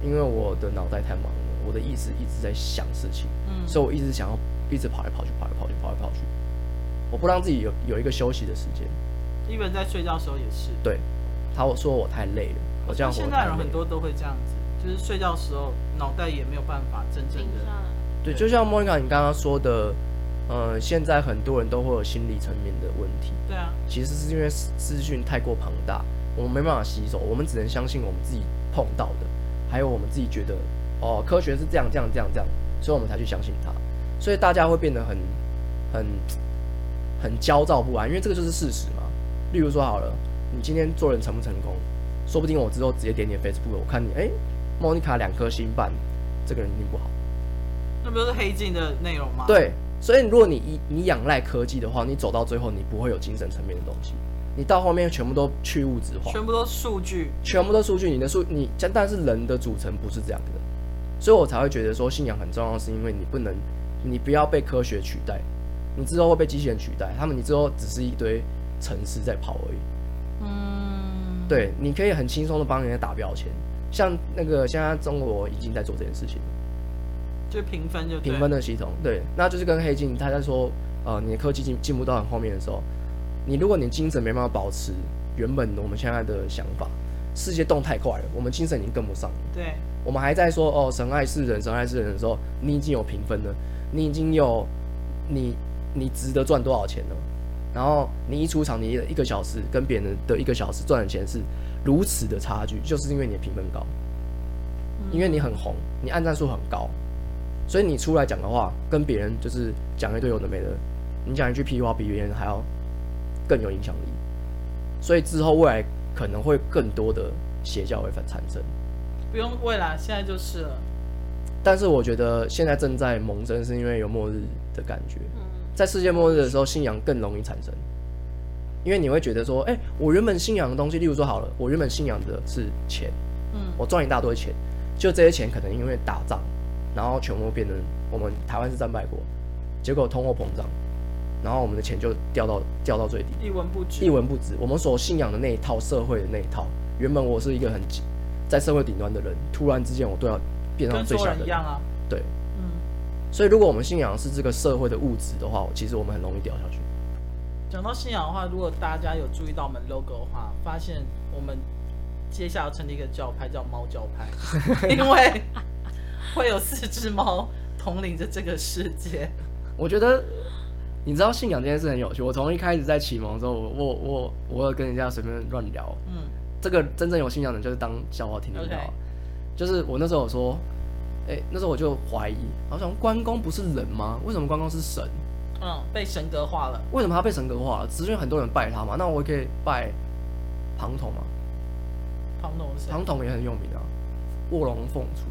Speaker 2: 因为我的脑袋太忙了，我的意识一直在想事情，
Speaker 3: 嗯，
Speaker 2: 所以我一直想要一直跑来跑去，跑来跑去，跑来跑去，我不让自己有有一个休息的时间。
Speaker 3: 一本在睡觉的时候也是，
Speaker 2: 对，他我说我太累了，我这样活
Speaker 3: 现
Speaker 2: 得
Speaker 3: 在
Speaker 2: 太
Speaker 3: 人
Speaker 2: 累
Speaker 3: 很
Speaker 2: 了
Speaker 3: 多都会这样子，就是睡觉的时候脑袋也没有办法真正
Speaker 1: 停下
Speaker 3: 的，
Speaker 1: 来。
Speaker 2: 对，就像莫妮卡你刚刚说的，呃，现在很多人都会有心理层面的问题，
Speaker 3: 对啊，
Speaker 2: 其实是因为资资讯太过庞大，我们没办法吸收，我们只能相信我们自己碰到的，还有我们自己觉得哦，科学是这样这样这样这样，所以我们才去相信它。所以大家会变得很很很焦躁不安，因为这个就是事实嘛。例如说好了，你今天做人成不成功，说不定我之后直接点你的 Facebook，我看你哎，莫妮卡两颗星半，这个人一定不好。
Speaker 3: 那不就是黑镜的内容吗？，
Speaker 2: 对，所以如果你依你仰赖科技的话，你走到最后你不会有精神层面的东西，你到后面全部都去物质化，
Speaker 3: 全部都数据，
Speaker 2: 全部都数据，你的数你但但是人的组成不是这样的，所以我才会觉得说信仰很重要，是因为你不能你不要被科学取代，你之后会被机器人取代，他们你之后只是一堆城市在跑而已。
Speaker 3: 嗯，
Speaker 2: 对，你可以很轻松的帮人家打标签，像那个现在中国已经在做这件事情了。
Speaker 3: 就评分就对
Speaker 2: 评分的系统，对，那就是跟黑镜，他在说，呃，你的科技进进步到很后面的时候，你如果你精神没办法保持原本我们现在的想法，世界动太快了，我们精神已经跟不上了，
Speaker 3: 对，
Speaker 2: 我们还在说哦，神爱世人，神爱世人的时候，你已经有评分了，你已经有你你值得赚多少钱了，然后你一出场，你的一个小时跟别人的一个小时赚的钱是如此的差距，就是因为你的评分高。因为你很红，你按赞数很高，所以你出来讲的话，跟别人就是讲一堆有的没的，你讲一句屁话比别人还要更有影响力，所以之后未来可能会更多的邪教会反产生。
Speaker 3: 不用未来，现在就是了，
Speaker 2: 但是我觉得现在正在萌生，是因为有末日的感觉，
Speaker 1: 嗯，
Speaker 2: 在世界末日的时候，信仰更容易产生，因为你会觉得说，哎、我原本信仰的东西，例如说好了，我原本信仰的是钱，
Speaker 3: 嗯，
Speaker 2: 我赚一大堆钱，就这些钱可能因为打仗，然后全部变成我们台湾是战败国，结果通货膨胀，然后我们的钱就掉到掉到最低，
Speaker 3: 一文不值，
Speaker 2: 一文不值。我们所信仰的那一套社会的那一套，原本我是一个很在社会顶端的人，突然之间我都要变成
Speaker 3: 跟
Speaker 2: 最
Speaker 3: 所
Speaker 2: 小
Speaker 3: 有
Speaker 2: 的
Speaker 3: 人一样啊，
Speaker 2: 对，
Speaker 3: 嗯，
Speaker 2: 所以如果我们信仰的是这个社会的物质的话，其实我们很容易掉下去。
Speaker 3: 讲到信仰的话，如果大家有注意到我们 logo 的话，发现我们接下来要成立一个教派叫猫教 派，因为会有四只猫统领着这个世界。
Speaker 2: 我觉得，你知道信仰这件事很有趣。我从一开始在启蒙的时候，我我我我有跟人家随便乱聊，
Speaker 3: 嗯，
Speaker 2: 这个真正有信仰的，就是当笑话听听就好。
Speaker 3: OK
Speaker 2: 就是我那时候有说，哎、那时候我就怀疑，我想关公不是人吗？为什么关公是神？
Speaker 3: 嗯，被神格化了。
Speaker 2: 为什么他被神格化了？只是因为很多人拜他嘛。那我也可以拜庞统嘛，
Speaker 3: 庞统是谁
Speaker 2: 庞统也很有名啊，卧龙凤雏，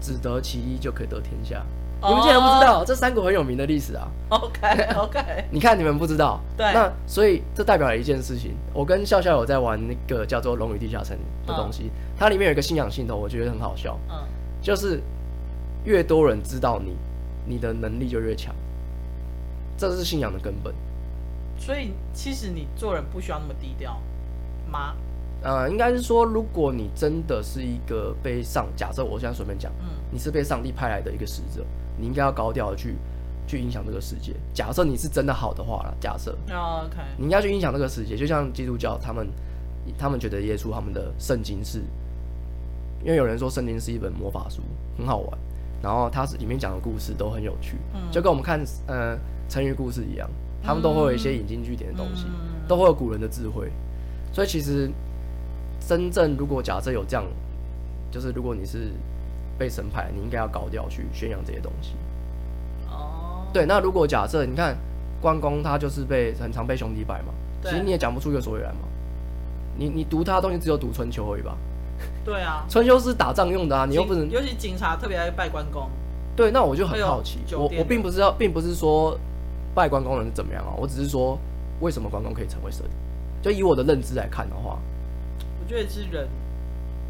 Speaker 2: 只得其一就可以得天下。你们竟然不知道，这三国很有名的历史啊！
Speaker 3: ？OK OK，
Speaker 2: 你看你们不知道，
Speaker 3: 对
Speaker 2: 那所以这代表了一件事情。我跟笑笑有在玩那个叫做《龙与地下城》的东西，它里面有一个信仰系统，我觉得很好笑，
Speaker 3: 嗯，
Speaker 2: 就是越多人知道你，你的能力就越强，这是信仰的根本。
Speaker 3: 所以其实你做人不需要那么低调吗？
Speaker 2: 呃，应该是说，如果你真的是一个被上，假设我现在随便讲，
Speaker 3: 嗯，
Speaker 2: 你是被上帝派来的一个使者，你应该要高调的去去影响这个世界。假设你是真的好的话了，假设，
Speaker 3: 哦 OK，
Speaker 2: 你应该去影响这个世界，就像基督教他们，他们觉得耶稣他们的圣经是，因为有人说圣经是一本魔法书，很好玩，然后它是里面讲的故事都很有趣，
Speaker 3: 嗯
Speaker 2: 就跟我们看呃成语故事一样，他们都会有一些
Speaker 3: 嗯
Speaker 2: 引经据典的东西，都会有古人的智慧，所以其实真正如果假设有这样，就是如果你是被神派，你应该要高调去宣扬这些东西。
Speaker 3: 哦，
Speaker 2: 对，那如果假设你看关公，他就是被很常被兄弟摆嘛，其
Speaker 3: 对
Speaker 2: 实你也讲不出个所以然嘛。你你读他的东西只有读春秋而已吧？
Speaker 3: 对啊，
Speaker 2: 春秋是打仗用的啊，你又不能
Speaker 3: 尤其警察特别爱拜关公，
Speaker 2: 对，那我就
Speaker 3: 会
Speaker 2: 很
Speaker 3: 有
Speaker 2: 好奇，
Speaker 3: 酒
Speaker 2: 我
Speaker 3: 店
Speaker 2: 我
Speaker 3: 啊的
Speaker 2: 并不是要，并不是说拜关公人是怎么样啊，我只是说为什么关公可以成为神，就以我的认知来看的话，
Speaker 3: 我觉得是人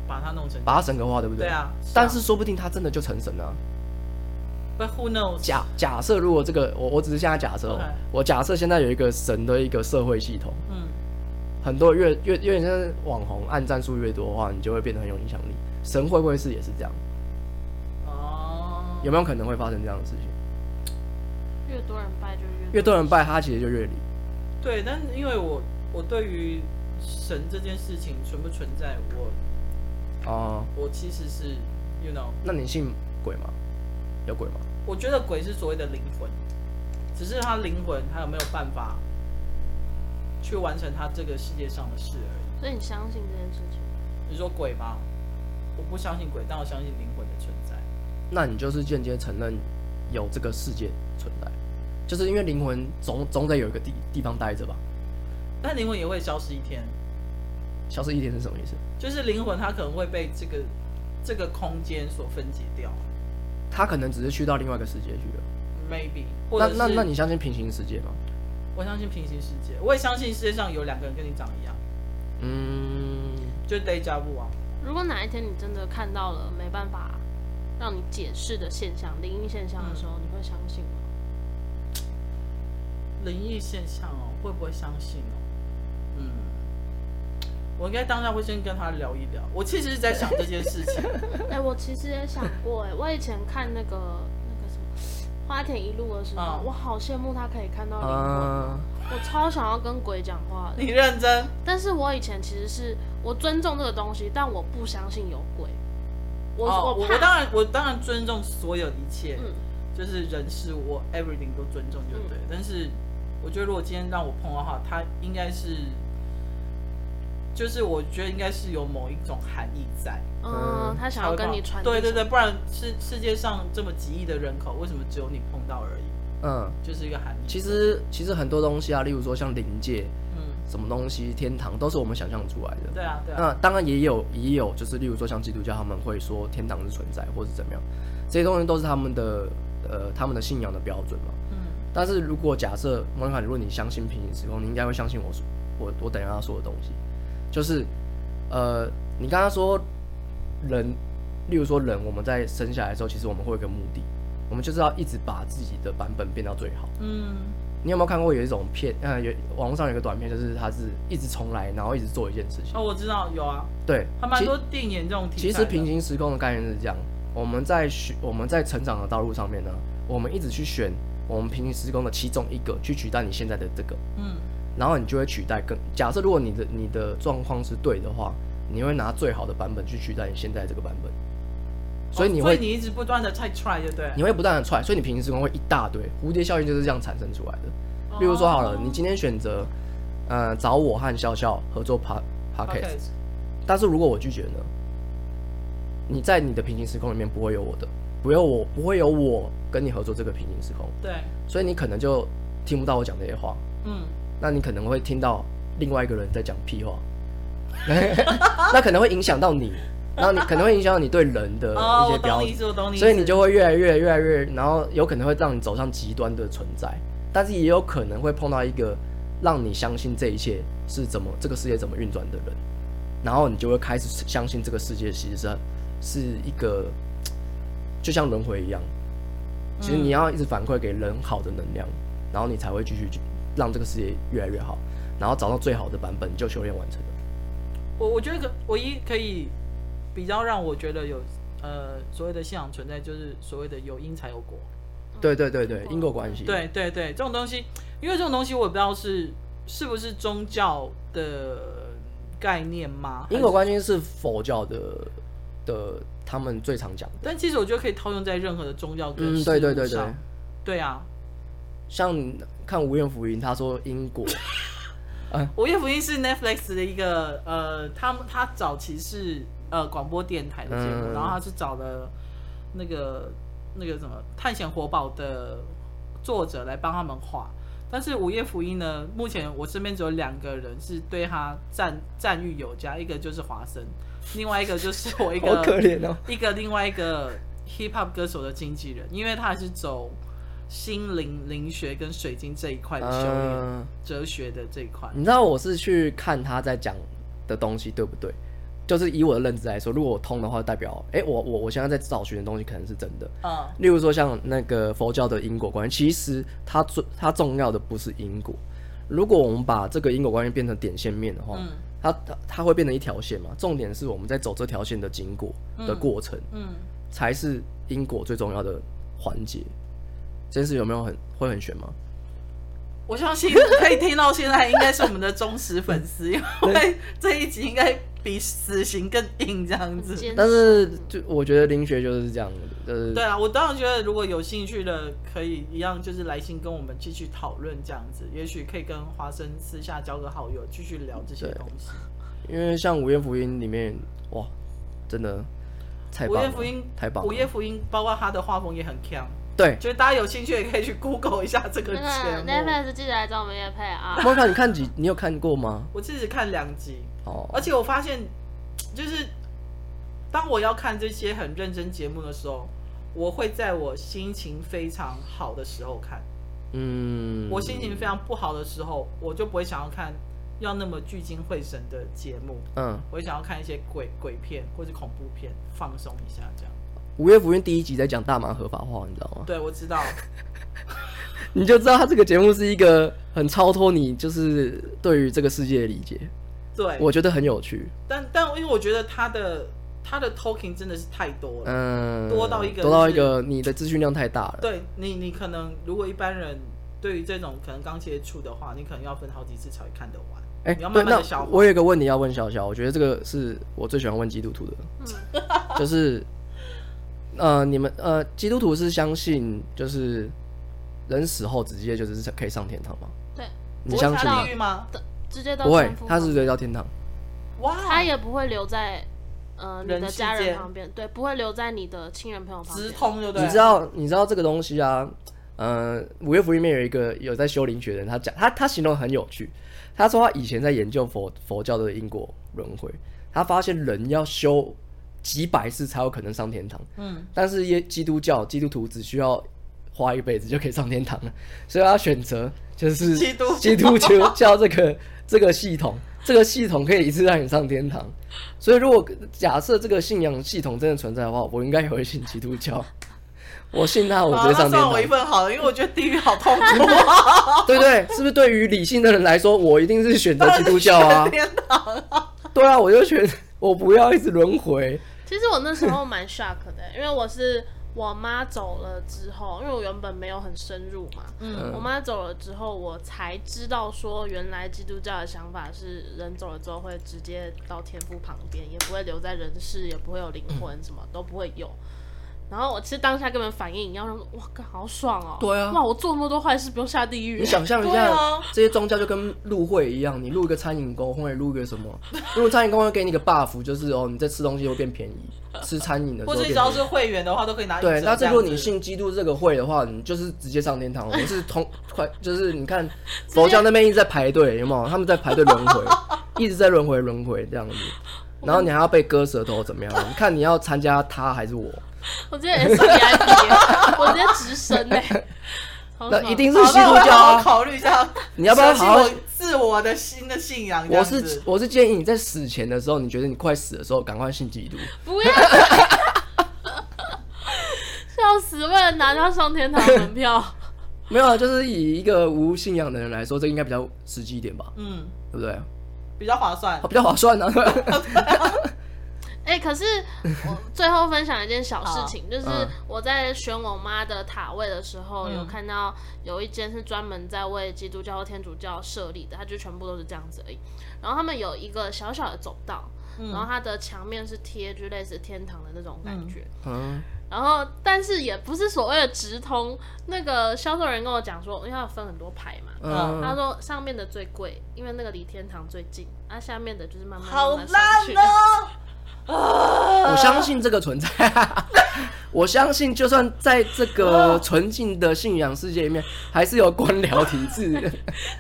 Speaker 3: 把它弄成
Speaker 2: 把他神格化，对不
Speaker 3: 对啊，
Speaker 2: 但是说不定他真的就成神了啊、
Speaker 3: 但 who knows？
Speaker 2: 假假设如果这个，我我只是现在假设哦
Speaker 3: OK
Speaker 2: 我假设现在有一个神的一个社会系统，
Speaker 3: 嗯，
Speaker 2: 很多越越越像是网红，按赞数越多的话，你就会变得很有影响力。神会不会是也是这样？
Speaker 3: 哦，
Speaker 2: 有没有可能会发生这样的事情？
Speaker 1: 越多人拜就越
Speaker 2: 越多人拜他，其实就越灵。
Speaker 3: 对，但因为我我对于神这件事情存不存在，我
Speaker 2: 哦、
Speaker 3: 我其实是，you know，
Speaker 2: 那你信鬼吗？有鬼吗？
Speaker 3: 我觉得鬼是所谓的灵魂，只是他灵魂他有没有办法去完成他这个世界上的事而已。
Speaker 1: 所以你相信这件事情？
Speaker 3: 你说鬼吗？我不相信鬼，但我相信灵魂的存在。
Speaker 2: 那你就是间接承认有这个世界存在，就是因为灵魂总总得有一个地地方待着吧？
Speaker 3: 但灵魂也会消失一天，
Speaker 2: 消失一天是什么意思？
Speaker 3: 就是灵魂它可能会被这个这个空间所分解掉
Speaker 2: 他可能只是去到另外一个世界去了。
Speaker 3: ，maybe。或
Speaker 2: 那
Speaker 3: 者是
Speaker 2: 那那你相信平行世界吗？
Speaker 3: 我相信平行世界，我也相信世界上有两个人跟你长一样，
Speaker 2: 嗯，
Speaker 3: 就是 day job 啊。
Speaker 1: 如果哪一天你真的看到了没办法让你解释的现象、灵异现象的时 候，你会相信吗？
Speaker 3: 灵异现象哦，会不会相信哦？嗯，我应该当下会先跟他聊一聊。我其实是在想这件事 情，
Speaker 1: 哎、我其实也想过、哎，我以前看那个那个什么《花田一路》的时候，
Speaker 3: 嗯
Speaker 1: 我好羡慕他可以看到灵魂，
Speaker 2: 啊，
Speaker 1: 我超想要跟鬼讲话的。
Speaker 3: 你认真？
Speaker 1: 但是我以前其实是我尊重这个东西，但我不相信有鬼，我、
Speaker 3: 哦我
Speaker 1: 怕
Speaker 3: 当然我当然尊重所有一切，
Speaker 1: 嗯
Speaker 3: 就是人事物我 everything 都尊重就对。但是我觉得如果今天让我碰到的话，他应该是，就是我觉得应该是有某一种含义在。
Speaker 1: 嗯，他想要跟你传递
Speaker 3: 对对
Speaker 1: 什么
Speaker 3: 对，不然世世界上这么几亿的人口，为什么只有你碰到而已？
Speaker 2: 嗯，
Speaker 3: 就是一个含义。
Speaker 2: 其实其实很多东西啊，例如说像灵界、
Speaker 3: 嗯，
Speaker 2: 什么东西、天堂，都是我们想象出来的。
Speaker 3: 对啊对啊。
Speaker 2: 那当然也有也有，就是例如说像基督教，他们会说天堂是存在，或是怎么样，这些东西都是他们的呃他们的信仰的标准嘛。
Speaker 3: 嗯
Speaker 2: 但是如果假设莫妮卡，如果你相信平行时空，你应该会相信我说我我等一下要说的东西，就是呃，你刚刚说人，例如说人，我们在生下来的时候，其实我们会有一个目的，我们就是要一直把自己的版本变到最好。
Speaker 3: 嗯，
Speaker 2: 你有没有看过有一种片？呃，有网络上有一个短片，就是他是一直重来，然后一直做一件事情。
Speaker 3: 哦，我知道有啊，
Speaker 2: 对，
Speaker 3: 还蛮
Speaker 2: 其
Speaker 3: 多电影这种题材
Speaker 2: 其
Speaker 3: 的。
Speaker 2: 实平行时空的概念是这样：我们在学我们在成长的道路上面呢，我们一直去选我们平行时空的其中一个，去取代你现在的这个，
Speaker 3: 嗯
Speaker 2: 然后你就会取代更。假设如果你的你的状况是对的话，你会拿最好的版本去取代你现在这个版本，所以
Speaker 3: 哦
Speaker 2: 你会、
Speaker 3: 你一直不断的在 try 就对。
Speaker 2: 你会不断的踹，所以你平行时空会一大堆蝴蝶效应就是这样产生出来的。
Speaker 3: 哦
Speaker 2: 例如说好了，你今天选择呃找我和笑笑合作 p o d c a s t
Speaker 3: OK，
Speaker 2: 但是如果我拒绝呢？你在你的平行时空里面不会有我的，不会有我，不会有我跟你合作这个平行时空，
Speaker 3: 对，
Speaker 2: 所以你可能就听不到我讲这些话，
Speaker 3: 嗯，
Speaker 2: 那你可能会听到另外一个人在讲屁话， 那可能会影响到你，然后你可能会影响到你对人的
Speaker 3: 哦，
Speaker 2: 呃一
Speaker 3: 我
Speaker 2: 些标
Speaker 3: 懂你意
Speaker 2: 准，
Speaker 3: 思，我懂你意思。
Speaker 2: 所以你就会越来越越来越，然后有可能会让你走上极端的存在，但是也有可能会碰到一个让你相信这一切是怎么这个世界怎么运转的人，然后你就会开始相信这个世界其实是是一个就像轮回一样，其实你要一直反馈给人好的能量，然后你才会继续让这个世界越来越好，然后找到最好的版本就修炼完成了。
Speaker 3: 我我觉得可唯一可以比较让我觉得有呃所谓的信仰存在，就是所谓的有因才有果。
Speaker 2: 对对对对，因果关系。
Speaker 3: 对对对，这种东西，因为这种东西我也不知道是是不是宗教的概念吗？
Speaker 2: 因果关系是佛教的的他们最常讲的。
Speaker 3: 但其实我觉得可以套用在任何的宗教跟
Speaker 2: 嗯，
Speaker 3: 事
Speaker 2: 对对
Speaker 3: 物
Speaker 2: 对对
Speaker 3: 上，对啊，
Speaker 2: 像看《无怨福音》，他说因 果，
Speaker 3: 《午夜福音》是 Netflix 的一个呃，他们他早期是呃广播电台的节目，
Speaker 2: 嗯
Speaker 3: 然后他是找了那个那个什么探险活宝的作者来帮他们画。但是《午夜福音》呢，目前我身边只有两个人是对他赞赞誉有加，一个就是华生，另外一个就是我一个
Speaker 2: 好可怜哦。
Speaker 3: 一个另外一个 hip hop 歌手的经纪人，因为他还是走心灵、灵学跟水晶这一块的修炼、
Speaker 2: 嗯，
Speaker 3: 哲学的这一块。
Speaker 2: 你知道我是去看他在讲的东西对不对？就是以我的认知来说，如果我通的话，代表哎、我我我现在在找寻的东西可能是真的。
Speaker 3: 嗯，
Speaker 2: 例如说像那个佛教的因果关系，其实它最它重要的不是因果。如果我们把这个因果关系变成点线面的话，
Speaker 3: 嗯
Speaker 2: 它它它会变成一条线嘛？重点是我们在走这条线的经过的过程，
Speaker 3: 嗯，
Speaker 2: 才是因果最重要的环节。这件事有没有很会很玄吗？
Speaker 3: 我相信可以听到现在，应该是我们的忠实粉 丝，因为这一集应该比死刑更硬这样子。
Speaker 1: 坚持
Speaker 2: 嗯但是就我觉得灵学就是这样，就是
Speaker 3: 对啊，我当然觉得如果有兴趣的，可以一样就是来信跟我们继续讨论这样子，也许可以跟华生私下交个好友，继续聊这些
Speaker 2: 对
Speaker 3: 东西。
Speaker 2: 因为像《午夜福音》里面，哇，真的太
Speaker 3: 午
Speaker 2: 棒
Speaker 3: 夜
Speaker 2: 了，
Speaker 3: 福音，
Speaker 2: 太棒了！
Speaker 3: 午夜福音包括他的画风也很强，
Speaker 2: 对，
Speaker 3: 就是大家有兴趣也可以去 Google 一下这个
Speaker 1: 那
Speaker 3: 节
Speaker 1: 个
Speaker 3: 目。
Speaker 1: Netflix 记得来找我们叶配啊。
Speaker 2: 莫卡，你看几？你有看过吗？
Speaker 3: 我自己看两集，
Speaker 2: 哦，
Speaker 3: 而且我发现，就是当我要看这些很认真节目的时候，我会在我心情非常好的时候看。
Speaker 2: 嗯，
Speaker 3: 我心情非常不好的时候，我就不会想要看要那么聚精会神的节目，
Speaker 2: 嗯，
Speaker 3: 我会想要看一些鬼鬼片或是恐怖片，放松一下这样。
Speaker 2: 《午夜福音》第一集在讲大麻合法化，你知道吗？
Speaker 3: 对，我知 道，
Speaker 2: 你就知道他这个节目是一个很超脱你就是对于这个世界的理解，
Speaker 3: 对，
Speaker 2: 我觉得很有趣。
Speaker 3: 但但因为我觉得他的他的 talking 真的是太多了，
Speaker 2: 嗯，
Speaker 3: 多到一个
Speaker 2: 多到一
Speaker 3: 就
Speaker 2: 个
Speaker 3: 是
Speaker 2: 你的资讯量太大了。
Speaker 3: 对你你可能如果一般人对于这种可能刚接触的话，你可能要分好几次才会看得完，
Speaker 2: 哎、
Speaker 3: 你要
Speaker 2: 对，
Speaker 3: 慢慢
Speaker 2: 那
Speaker 3: 的消化。
Speaker 2: 我有一个问题要问小小，我觉得这个是我最喜欢问基督徒的，
Speaker 1: 嗯
Speaker 2: 就是呃，你们呃，基督徒是相信就是人死后直接就是可以上天堂吗？
Speaker 1: 对，
Speaker 2: 你
Speaker 3: 不
Speaker 2: 相
Speaker 3: 会
Speaker 2: 信
Speaker 3: 下
Speaker 2: 吗
Speaker 3: 地？狱吗？
Speaker 1: 直接到
Speaker 2: 不会
Speaker 1: 神，父
Speaker 2: 他是
Speaker 1: 旁
Speaker 2: 直
Speaker 1: 边
Speaker 2: 接到天堂。
Speaker 3: 哇，
Speaker 1: 他也不会留在呃你
Speaker 3: 人
Speaker 1: 的
Speaker 3: 世
Speaker 1: 家人
Speaker 3: 间
Speaker 1: 旁边，对，不会留在你的亲人朋友旁
Speaker 3: 直
Speaker 1: 边。
Speaker 3: 通就对
Speaker 2: 你
Speaker 3: 了。
Speaker 2: 知道，你知道这个东西啊？呃，五月福音里面有一个有在修灵学的人，他讲他他形容得很有趣。他说他以前在研究佛佛教的因果轮回，他发现人要修几百次才有可能上天堂，
Speaker 3: 嗯，
Speaker 2: 但是耶基督教基督徒只需要花一辈子就可以上天堂了，所以他选择就是
Speaker 3: 基督
Speaker 2: 基督教教这个这个系统，这个系统可以一次让你上天堂。所以如果假设这个信仰系统真的存在的话，我应该也会信基督 教。我信他，哦我
Speaker 3: 好啊
Speaker 2: 直接
Speaker 3: 那
Speaker 2: 上天
Speaker 3: 算
Speaker 2: 堂
Speaker 3: 我一。份好了，因为我觉得地狱好痛苦。
Speaker 2: 对不对，是不是对于理性的人来说，我一定是选择基督教啊？
Speaker 3: 天堂啊！
Speaker 2: 对啊，我就选我不要一直轮回。
Speaker 1: 其实我那时候蛮 shock 的，因为我是我妈走了之后，因为我原本没有很深入嘛，
Speaker 3: 嗯
Speaker 1: 我妈走了之后，我才知道说原来基督教的想法是人走了之后会直接到天父旁边，也不会留在人世，也不会有灵
Speaker 2: 嗯
Speaker 1: 魂，什么都不会有。然后我其实当下根本反应一样，哇，干好爽哦！
Speaker 2: 对啊
Speaker 1: 哇，我做那么多坏事不用下地狱
Speaker 2: 你，想象一
Speaker 3: 对
Speaker 2: 下，
Speaker 3: 啊
Speaker 2: 这些宗教就跟入会一样，你入一个餐饮工会，入一个什么？入餐饮工会给你一个 buff，就是哦，你在吃东西会变便宜，吃餐饮的时
Speaker 3: 或
Speaker 2: 候
Speaker 3: 者
Speaker 2: 变
Speaker 3: 你只要
Speaker 2: 便宜
Speaker 3: 是。会员的话，都可以拿一折
Speaker 2: 对，
Speaker 3: 这
Speaker 2: 那
Speaker 3: 样
Speaker 2: 这
Speaker 3: 子。
Speaker 2: 如果你信基督这个会的话，你就是直接上天堂。我们是通 快，就是你看佛教那边一直在排队，有没有？他们在排队轮 回，一直在轮回轮回这样子。然后你还要被割舌头怎么样？你看你要参加他还是我？
Speaker 1: 我直接 S V I P，我直接直升 哎、欸，超
Speaker 2: 那
Speaker 1: 爽
Speaker 2: 一定是
Speaker 3: 哦好
Speaker 2: 基督
Speaker 3: 那我
Speaker 2: 教
Speaker 3: 要好好
Speaker 2: 啊！
Speaker 3: 考虑一下，
Speaker 2: 你要不要
Speaker 3: 舍弃
Speaker 2: 好好
Speaker 3: 我自我的新的信仰？这
Speaker 2: 我
Speaker 3: 样子
Speaker 2: 是我是建议你在死前的时候，你觉得你快死的时候，赶快信基督。
Speaker 1: 不要， 笑死！为了拿到上天堂的门 票，
Speaker 2: 没有啊，就是以一个无信仰的人来说，这应该比较实际一点吧，
Speaker 3: 嗯，
Speaker 2: 对 不对？啊
Speaker 3: 比较划算。
Speaker 2: 比较划 算啊。
Speaker 1: 哎、可是我最后分享一件小事情，就是
Speaker 2: 嗯
Speaker 1: 我在选我妈的塔位的时候，
Speaker 3: 嗯
Speaker 1: 有看到有一间是专门在为基督教或天主教设立的，它就全部都是这样子而已。然后他们有一个小小的走道，
Speaker 3: 嗯
Speaker 1: 然后它的墙面是贴就类似天堂的那种感觉。
Speaker 2: 嗯，
Speaker 1: 然后，但是也不是所谓的直通。那个销售人跟我讲说，因为他有分很多牌嘛，
Speaker 2: 嗯
Speaker 1: 他说上面的最贵，因为那个离天堂最近，啊下面的就是慢慢
Speaker 3: 好
Speaker 1: 慢慢上去
Speaker 3: 烂。 哦！啊
Speaker 2: 我相信这个存在， 我相信就算在这 个纯净的信仰世界里面，还 是有官僚体制。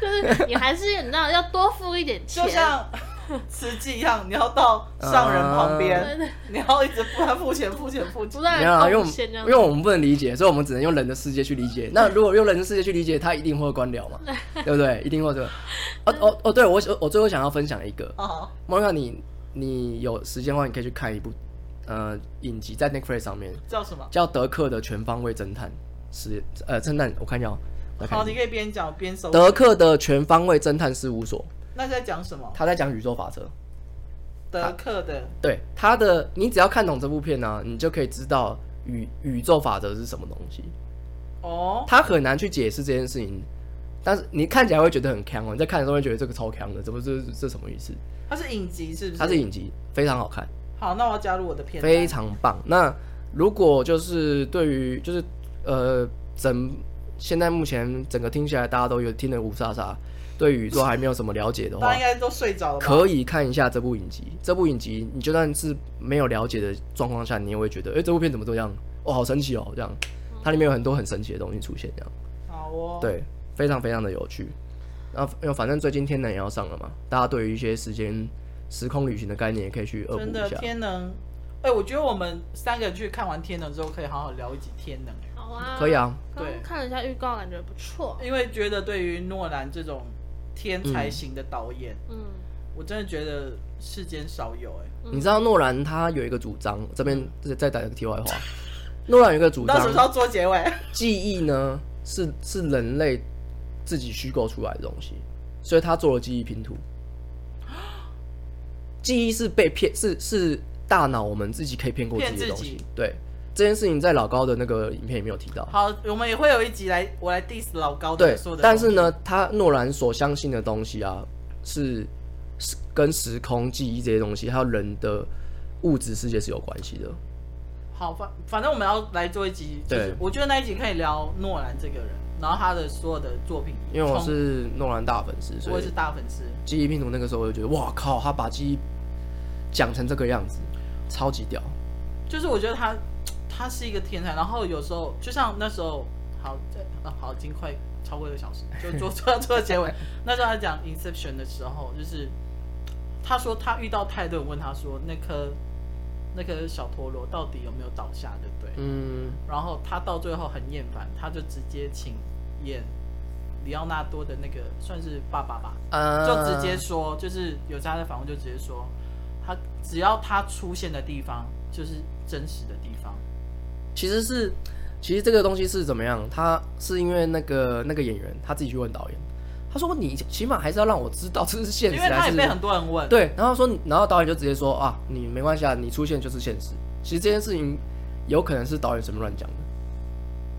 Speaker 1: 就是你还是你知道要多付一点钱
Speaker 3: 啊就，像吃鸡一样，你要到上人旁
Speaker 2: 啊
Speaker 1: 对
Speaker 3: 边，
Speaker 1: 对
Speaker 3: 你要一直付他付钱付钱付
Speaker 1: 不
Speaker 3: 钱。
Speaker 1: 断
Speaker 2: 没有啊，因为我
Speaker 1: 贡
Speaker 2: 们
Speaker 1: 献这
Speaker 2: 因
Speaker 1: 样
Speaker 2: 为我们不能理解，所以我们只能用人的世界去理 解。那如果用人的世界去理解，它一定会官僚嘛，对不对？一定会这个。哦哦哦，对我我我最后想要分享一个，
Speaker 3: 啊，
Speaker 2: 莫妮卡，你你有时间的话，你可以去看一部呃影集，在 Netflix 上面
Speaker 3: 叫什么？
Speaker 2: 叫《德克的全方位侦探》是呃侦探，我看一下哦，我看
Speaker 3: 好，
Speaker 2: 一
Speaker 3: 你
Speaker 2: 下
Speaker 3: 可以边讲边搜。
Speaker 2: 德克的全方位侦探事务所，
Speaker 3: 那在讲什么？
Speaker 2: 他在讲宇宙法则。
Speaker 3: 德克的
Speaker 2: 对他的，你只要看懂这部片呢、啊你就可以知道宇宇宙法则是什么东西。
Speaker 3: 哦，
Speaker 2: 他很难去解释这件事情，但是你看起来会觉得很强哦，你在看的时候会觉得这个超强的，这不是这这什么意思？
Speaker 3: 它是影集是不是？
Speaker 2: 它是影集，非常好看，
Speaker 3: 好，那我要加入我的片单。
Speaker 2: 非常棒。那如果就是对于就是呃整现在目前整个听起来大家都有听得五沙沙，对宇宙还没有什么了解的
Speaker 3: 大家
Speaker 2: 话
Speaker 3: 应，该都睡着了吧？
Speaker 2: 哦可以看一下这部影集。这部影集你就算是没有了解的状况下，你也会觉得，哎、这部片怎么这样？哦，好神奇哦，这样。它里面有很多很神奇的东西出现，这样。
Speaker 3: 好哦。，
Speaker 2: 对，非常非常的有趣。然后，因为反正最近天能也要上了嘛，大家对于一些时间、时空旅行的概念也可以去恶补
Speaker 3: 真的
Speaker 2: 一下。
Speaker 3: 天能，哎，我觉得我们三个去看完天能之后，可以好好聊一集天能，哎
Speaker 1: 好啊，
Speaker 2: 可以。啊，
Speaker 1: 刚
Speaker 3: 对
Speaker 1: 刚看了一下预告，感觉不错。
Speaker 3: 因为觉得对于诺兰这种天才型的导演，
Speaker 1: 嗯，
Speaker 3: 我真的觉得世间少有哎、
Speaker 2: 你知道诺兰他有一个主张，这边再再打一个题外话，诺兰有一个主
Speaker 3: 到什么时
Speaker 2: 张，
Speaker 3: 候做结尾？
Speaker 2: 记忆呢是是人类自己虚构出来的东西，所以他做了记忆拼 图。记忆是被骗，是是大脑我们自己可以骗过自己的
Speaker 3: 骗
Speaker 2: 东
Speaker 3: 自己
Speaker 2: 西。对，这件事情在老高的那个影片里面有提到。
Speaker 3: 好，我们也会有一集来我来 diss 老高
Speaker 2: 对
Speaker 3: 的说，的，
Speaker 2: 但是，呢，他诺兰所相信的东西啊，是是跟时空记忆这些东西，还有人的物质世界是有关系的。
Speaker 3: 好反反正我们要来做一集，就是
Speaker 2: 对
Speaker 3: 我觉得那一集可以聊诺兰这个人，然后他的所有的作品，
Speaker 2: 因为我
Speaker 3: 从
Speaker 2: 是诺兰大粉丝，所
Speaker 3: 我
Speaker 2: 以
Speaker 3: 也是大粉丝，
Speaker 2: 记忆拼图那个时候我就觉得，哇靠，他把记忆讲成这个样子，超级屌。
Speaker 3: 就是我觉得他他是一个天才，然后有时候就像那时候，好，这啊好，已经快超过一个小时，就做 做做结尾。那时候他讲 Inception 的时候，就是他说他遇到泰顿问他说那颗那颗小陀螺到底有没有倒下，对不对？
Speaker 2: 嗯，
Speaker 3: 然后他到最后很厌烦，他就直接请演里奥纳多的那个算是爸爸吧，
Speaker 2: 啊
Speaker 3: 就直接说，就是有家在访问就直接说，他只要他出现的地方就是真实的地方。
Speaker 2: 其实是，其实这个东西是怎么样？他是因为那个那个演员他自己去问导演，他说你起码还是要让我知道这是现实
Speaker 3: 因
Speaker 2: 还
Speaker 3: 为
Speaker 2: 是
Speaker 3: 他也被很多人问，
Speaker 2: 对，然后说你，然后导演就直接说啊，你没关系啊，你出现就是现实。其实这件事情有可能是导演随便乱讲的，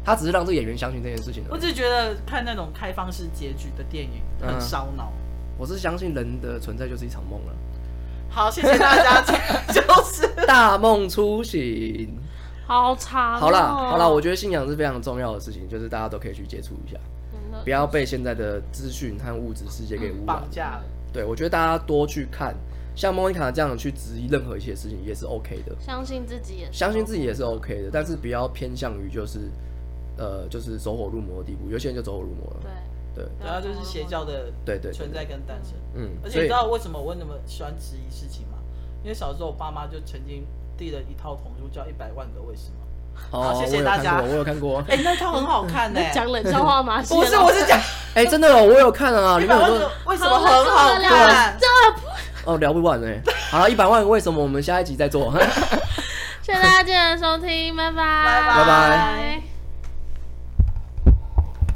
Speaker 2: 他只是让这个演员相信这件事情
Speaker 3: 我
Speaker 2: 而已。
Speaker 3: 只是觉得看那种开放式结局的电影很
Speaker 2: 嗯
Speaker 3: 烧脑。
Speaker 2: 我是相信人的存在就是一场梦啊了，
Speaker 3: 好，谢谢大家，这就是
Speaker 2: 大梦初醒。
Speaker 1: 好长哦。
Speaker 2: 好啦，好啦，我觉得信仰是非常重要的事情，就是大家都可以去接触一下，
Speaker 3: 嗯
Speaker 1: 真的
Speaker 2: 不要被现在的资讯和物质世界给污染
Speaker 3: 绑。架了。
Speaker 2: 对，我觉得大家多去看，像莫妮卡这样去质疑任何一些事情也是 OK 的。
Speaker 1: 相信自己也是，
Speaker 2: 相信自己也是 OK 的，但是不要偏向于就是，呃，就是走火入魔的地步。有些人就走火入魔了，
Speaker 1: 对，
Speaker 2: 对
Speaker 3: 然后就是邪教的
Speaker 2: 对对对
Speaker 3: 存，在跟诞生。
Speaker 2: 嗯，
Speaker 3: 而且
Speaker 2: 所
Speaker 3: 你
Speaker 2: 以
Speaker 3: 知道为什么我那么喜欢质疑事情吗？因为小时候我爸妈就曾经递了一套童书叫《一百万个为什么
Speaker 2: 哦，
Speaker 3: 好谢
Speaker 2: 我
Speaker 3: 谢
Speaker 2: 有
Speaker 3: 大
Speaker 2: 看
Speaker 3: 家
Speaker 2: 过我有看 过》。，
Speaker 3: 哎、那套很好看呢、
Speaker 1: 你讲冷笑话吗？
Speaker 3: 不
Speaker 1: 谢
Speaker 3: 是，
Speaker 1: 了
Speaker 3: 我是讲
Speaker 2: 哎，真的哦，我有看啊，
Speaker 3: 一
Speaker 2: 里
Speaker 3: 百
Speaker 2: 面
Speaker 3: 万
Speaker 2: 有
Speaker 3: 个
Speaker 2: 说
Speaker 3: 为什么很好
Speaker 1: 好了
Speaker 3: 看。
Speaker 2: 哦聊不完哎，好了，一百万为什么我们下一集再做？
Speaker 1: 谢谢大家今天的收听，拜拜，
Speaker 3: 拜
Speaker 2: 拜
Speaker 1: 拜。